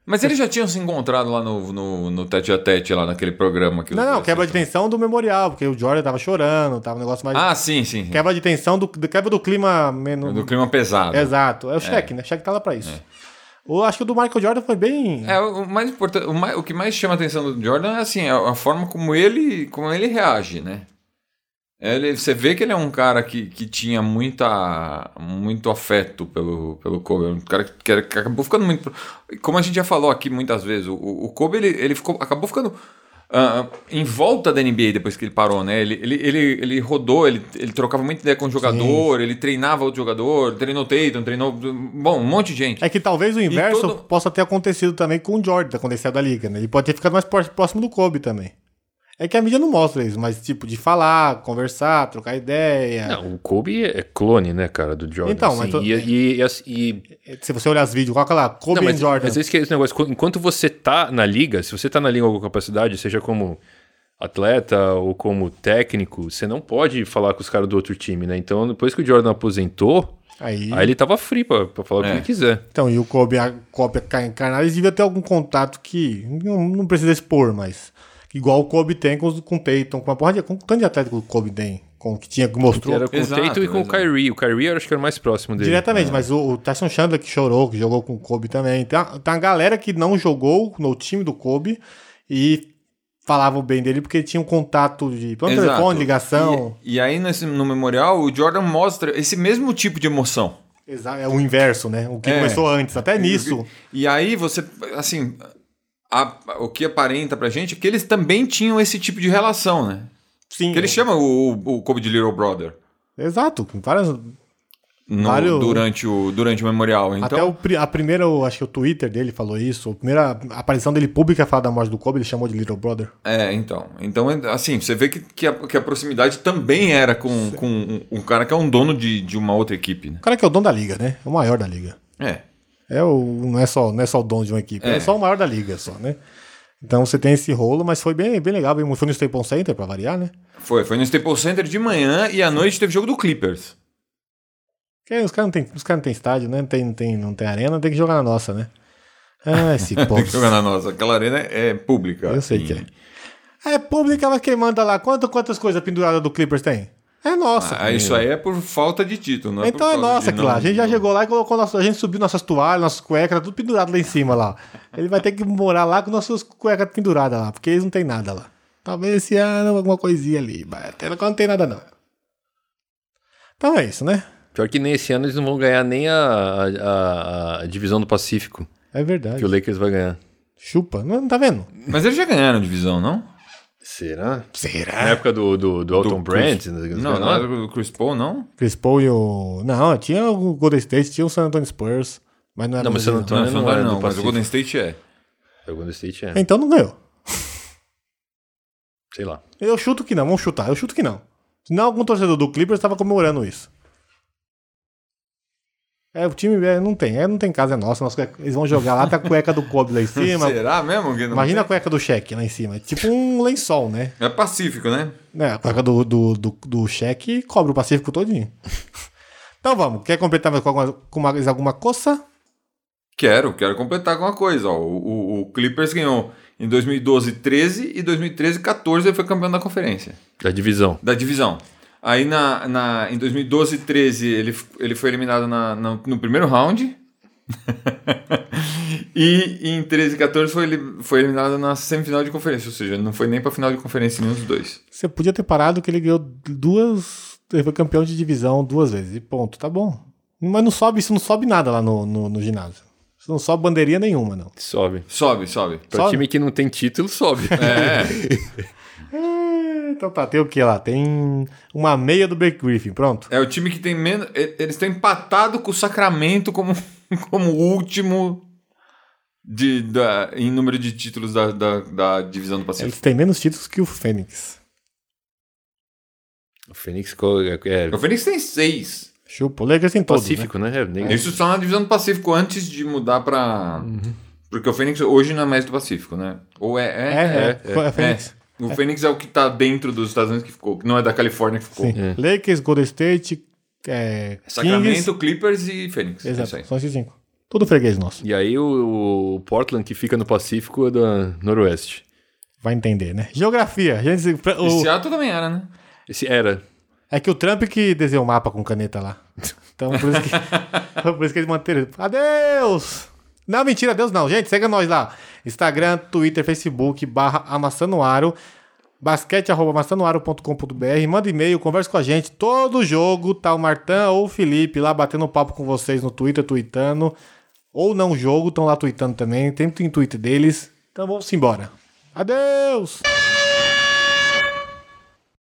Speaker 3: Mas eles já tinham se encontrado lá no, no, no tete a tete, lá naquele programa que os
Speaker 2: Não, não,
Speaker 3: dois
Speaker 2: quebra de
Speaker 3: assistem.
Speaker 2: tensão do memorial, porque o Jordan tava chorando, tava um negócio mais.
Speaker 3: Ah, sim, sim. sim.
Speaker 2: Quebra de tensão do, do- quebra do clima menos.
Speaker 3: Do clima
Speaker 4: Tá
Speaker 3: pesado.
Speaker 2: Exato. É o cheque, né? O cheque tá lá pra isso.
Speaker 4: É.
Speaker 2: Eu acho que o do Michael Jordan foi bem.
Speaker 3: É, o o mais importante, o, mai- o que mais chama a atenção do Jordan é assim, a, a forma como ele, como ele reage, né? Ele, você vê que ele é um cara que, que tinha muita, muito afeto pelo, pelo Kobe. Um cara que, que era- que acabou ficando muito. pro- Como a gente já falou aqui muitas vezes, o, o o Kobe ele, ele ficou, acabou ficando ah, em volta da NBA depois que ele parou, né? Ele, ele, ele, ele rodou, ele, ele trocava muita ideia com o jogador, ele treinava outro jogador, treinou Tatum, treinou. Bom, um monte de gente.
Speaker 2: É que talvez o inverso
Speaker 3: todo-
Speaker 2: possa ter acontecido também com o Jordan, aconteceu da liga, né? Ele pode ter ficado mais pró- próximo do Kobe também. É que a mídia não mostra isso, mas tipo, de falar, conversar, trocar ideia.
Speaker 4: Não, o Kobe é clone, né, cara, do Jordan.
Speaker 2: Então,
Speaker 4: assim.
Speaker 2: mas tô-
Speaker 4: E- e- e as- e
Speaker 2: É, Se você olhar os vídeos, coloca lá, Kobe
Speaker 4: Não,
Speaker 2: e
Speaker 4: mas,
Speaker 2: Jordan.
Speaker 4: mas esse que é esse negócio. Qu- Enquanto você tá na liga, se você tá na liga com capacidade, seja como atleta ou como técnico, você não pode falar com os caras do outro time, né? Então, depois que o Jordan aposentou,
Speaker 2: Aí,
Speaker 4: aí ele tava free pra, pra falar o
Speaker 3: É.
Speaker 4: que ele quiser.
Speaker 2: Então, e o Kobe, a cópia encarnada, eles deviam ter algum contato que não, não precisa expor, mas. Igual o Kobe tem com, os- com o Peyton, com uma porra de. Com o tanto de atleta que o Kobe tem, com o que tinha, que mostrou.
Speaker 4: Era com
Speaker 3: Exato,
Speaker 4: o Tatum e com
Speaker 3: exato.
Speaker 4: o Kyrie. O Kyrie eu acho que era o mais próximo dele. É.
Speaker 3: é.
Speaker 2: Diretamente, mas o, o Tyson Chandler que chorou, que jogou com o Kobe também. Tem uma, tem uma galera que não jogou no time do Kobe e falavam bem dele porque tinha um contato de pelo menos
Speaker 3: Exato.
Speaker 2: telefone, ligação.
Speaker 3: E, e aí nesse- no memorial o Jordan mostra esse mesmo tipo de emoção.
Speaker 2: Exa- É o inverso, né? O que
Speaker 3: É.
Speaker 2: começou antes, até nisso.
Speaker 3: E aí você, assim, a- o que aparenta pra gente é que eles também tinham esse tipo de relação, né?
Speaker 2: Sim.
Speaker 3: Que eles chamam o, o Kobe de Little Brother. Então-
Speaker 2: Exato. com Várias...
Speaker 3: no-
Speaker 2: Vários-
Speaker 3: durante, o, durante o memorial. Então,
Speaker 2: Até o, pri- a primeira, eu acho que o Twitter dele falou isso. A primeira aparição dele pública é falar da morte do Kobe, ele chamou de Little Brother.
Speaker 3: É, então. Então, assim, você vê que, que, a, que a proximidade também era com, com um, um cara que é um dono de, de uma outra equipe, né?
Speaker 2: O cara que é o dono da liga, né? É o maior da liga.
Speaker 3: É.
Speaker 2: É o, não, é só, não é só o dono de uma equipe, é. só o maior da liga, só, né? Então você tem esse rolo, mas foi bem, bem legal. bem- Foi no Staples Center, pra variar, né?
Speaker 3: Foi, foi no Staples Center de manhã e à noite teve jogo do Clippers.
Speaker 2: Porque os caras não tem, os cara não tem estádio, né? Não tem, não, tem, não tem arena, tem que jogar na nossa, né? Ah, esse povo.
Speaker 3: Tem que jogar na nossa. Aquela arena é pública.
Speaker 2: Eu sei
Speaker 3: assim.
Speaker 2: que é. É pública, mas quem manda lá? Quanto, quantas coisas penduradas do Clippers tem? É nossa.
Speaker 3: Ah, isso aí é por falta de título, não é
Speaker 2: Então
Speaker 3: por
Speaker 2: é
Speaker 3: causa de
Speaker 2: nossa aqui
Speaker 3: não-
Speaker 2: lá. A gente já chegou lá e colocou nosso, a gente subiu nossas toalhas, nossas cuecas, tá tudo pendurado lá em cima lá. Ele vai ter que morar lá com nossas cuecas penduradas lá, porque eles não tem nada lá. Talvez esse ano alguma coisinha ali, mas até agora não tem nada não. Então é isso, né?
Speaker 4: Pior que nem esse ano eles não vão ganhar nem a, a- a- a divisão do Pacífico,
Speaker 2: É
Speaker 4: que o
Speaker 2: verdade.
Speaker 4: Lakers vai ganhar.
Speaker 2: Chupa, não, não tá vendo?
Speaker 3: Mas eles já ganharam divisão, não?
Speaker 4: Será?
Speaker 2: Será?
Speaker 4: Na época do, do, do Elton
Speaker 3: Do
Speaker 4: Brand?
Speaker 3: Chris-
Speaker 4: né, eles
Speaker 3: Não, não
Speaker 4: ganharam?
Speaker 3: era do Chris Paul, não?
Speaker 2: Chris Paul e o... Não, tinha o Golden State, tinha o San Antonio Spurs, mas Então não era
Speaker 4: Não, mas
Speaker 2: Brasil,
Speaker 4: San Antonio-
Speaker 3: Não,
Speaker 4: Não, não
Speaker 3: não,
Speaker 4: era do
Speaker 3: não mas o
Speaker 4: Pacífico.
Speaker 3: Golden State é.
Speaker 4: É o Golden State, é.
Speaker 2: Então não ganhou.
Speaker 4: Sei lá.
Speaker 2: Eu chuto que não, vamos chutar. Eu chuto que não. Senão algum torcedor do Clippers estava comemorando isso. É, o time é, não tem. É, não tem casa, é nossa. nossa cueca- eles vão jogar lá, tá a cueca do Kobe lá em cima.
Speaker 3: Será mesmo? que é, não
Speaker 2: Imagina a
Speaker 3: tem?
Speaker 2: cueca do Shaq lá em cima. É tipo um lençol, né?
Speaker 3: É Pacífico, né?
Speaker 2: né a cueca do, do, do, do Shaq cobre o Pacífico todinho. então vamos. Quer completar mais com alguma, com mais alguma coça?
Speaker 3: Quero, quero completar com uma coisa. Ó. O, o- o Clippers ganhou em 2012, 13 e 2013, 14 ele foi campeão da conferência,
Speaker 4: Da divisão.
Speaker 3: da divisão. Aí na, na, em 2012, 13 ele, f- ele foi eliminado na, na- no primeiro round. e em 13 e 14 foi, ele- foi eliminado na semifinal de conferência, ou seja, não foi nem pra final de conferência nenhum dos dois.
Speaker 2: Você podia ter parado que ele ganhou duas. Ele foi campeão de divisão duas vezes. E ponto, tá bom. Mas não sobe, isso não sobe nada lá no, no, no ginásio. Isso não sobe bandeirinha nenhuma, não.
Speaker 4: Sobe.
Speaker 3: Sobe, sobe.
Speaker 4: Pra
Speaker 2: Sobe.
Speaker 4: time que não tem título, sobe.
Speaker 3: É,
Speaker 2: É, Então tá, tem o que lá? Tem uma meia do Blake Griffin, pronto.
Speaker 3: é o time que tem menos. e- Eles estão empatados com o Sacramento como, como último de, da, em número de títulos da, da, da divisão do Pacífico.
Speaker 2: Eles têm menos títulos que o Fênix.
Speaker 4: O Phoenix Co- é, é
Speaker 3: O Fênix tem seis.
Speaker 2: Chupa, o Lakers tem todos, né?
Speaker 4: Pacífico, né? É, nem-
Speaker 3: Isso só na divisão do Pacífico antes de mudar pra.
Speaker 2: Uhum.
Speaker 3: Porque o Fênix hoje não é mais do Pacífico, né? Ou é.
Speaker 2: É,
Speaker 3: É.
Speaker 2: é,
Speaker 4: é,
Speaker 2: foi- é
Speaker 3: é.
Speaker 2: Fênix.
Speaker 3: O Fênix é o que tá dentro dos Estados Unidos que ficou, que não é da Califórnia que ficou.
Speaker 2: Sim. Lakers, Golden State, é, Kings.
Speaker 3: Sacramento, Clippers e Fênix. É isso aí.
Speaker 2: Exato, são esses cinco. Tudo freguês nosso.
Speaker 4: E aí o, o Portland que fica no Pacífico é da Noroeste.
Speaker 2: Vai entender, né? Geografia. Gente, pra-
Speaker 3: E
Speaker 2: o-
Speaker 3: Seattle também era, né?
Speaker 4: Esse era.
Speaker 2: É que o Trump que desenhou o mapa com caneta lá. Então, por isso que, foi por isso que eles manteram. Adeus! Não, mentira, adeus não. Gente, segue nós lá. Instagram, Twitter, Facebook, barra Amassanoaro. Basquete, arroba amassanoaro.com.br. Manda e-mail, conversa com a gente. Todo jogo tá o Martã ou o Felipe lá batendo papo com vocês no Twitter, tweetando. Ou não jogo, estão lá tweetando também. Tem tem tweet deles. Então vamos embora. Adeus!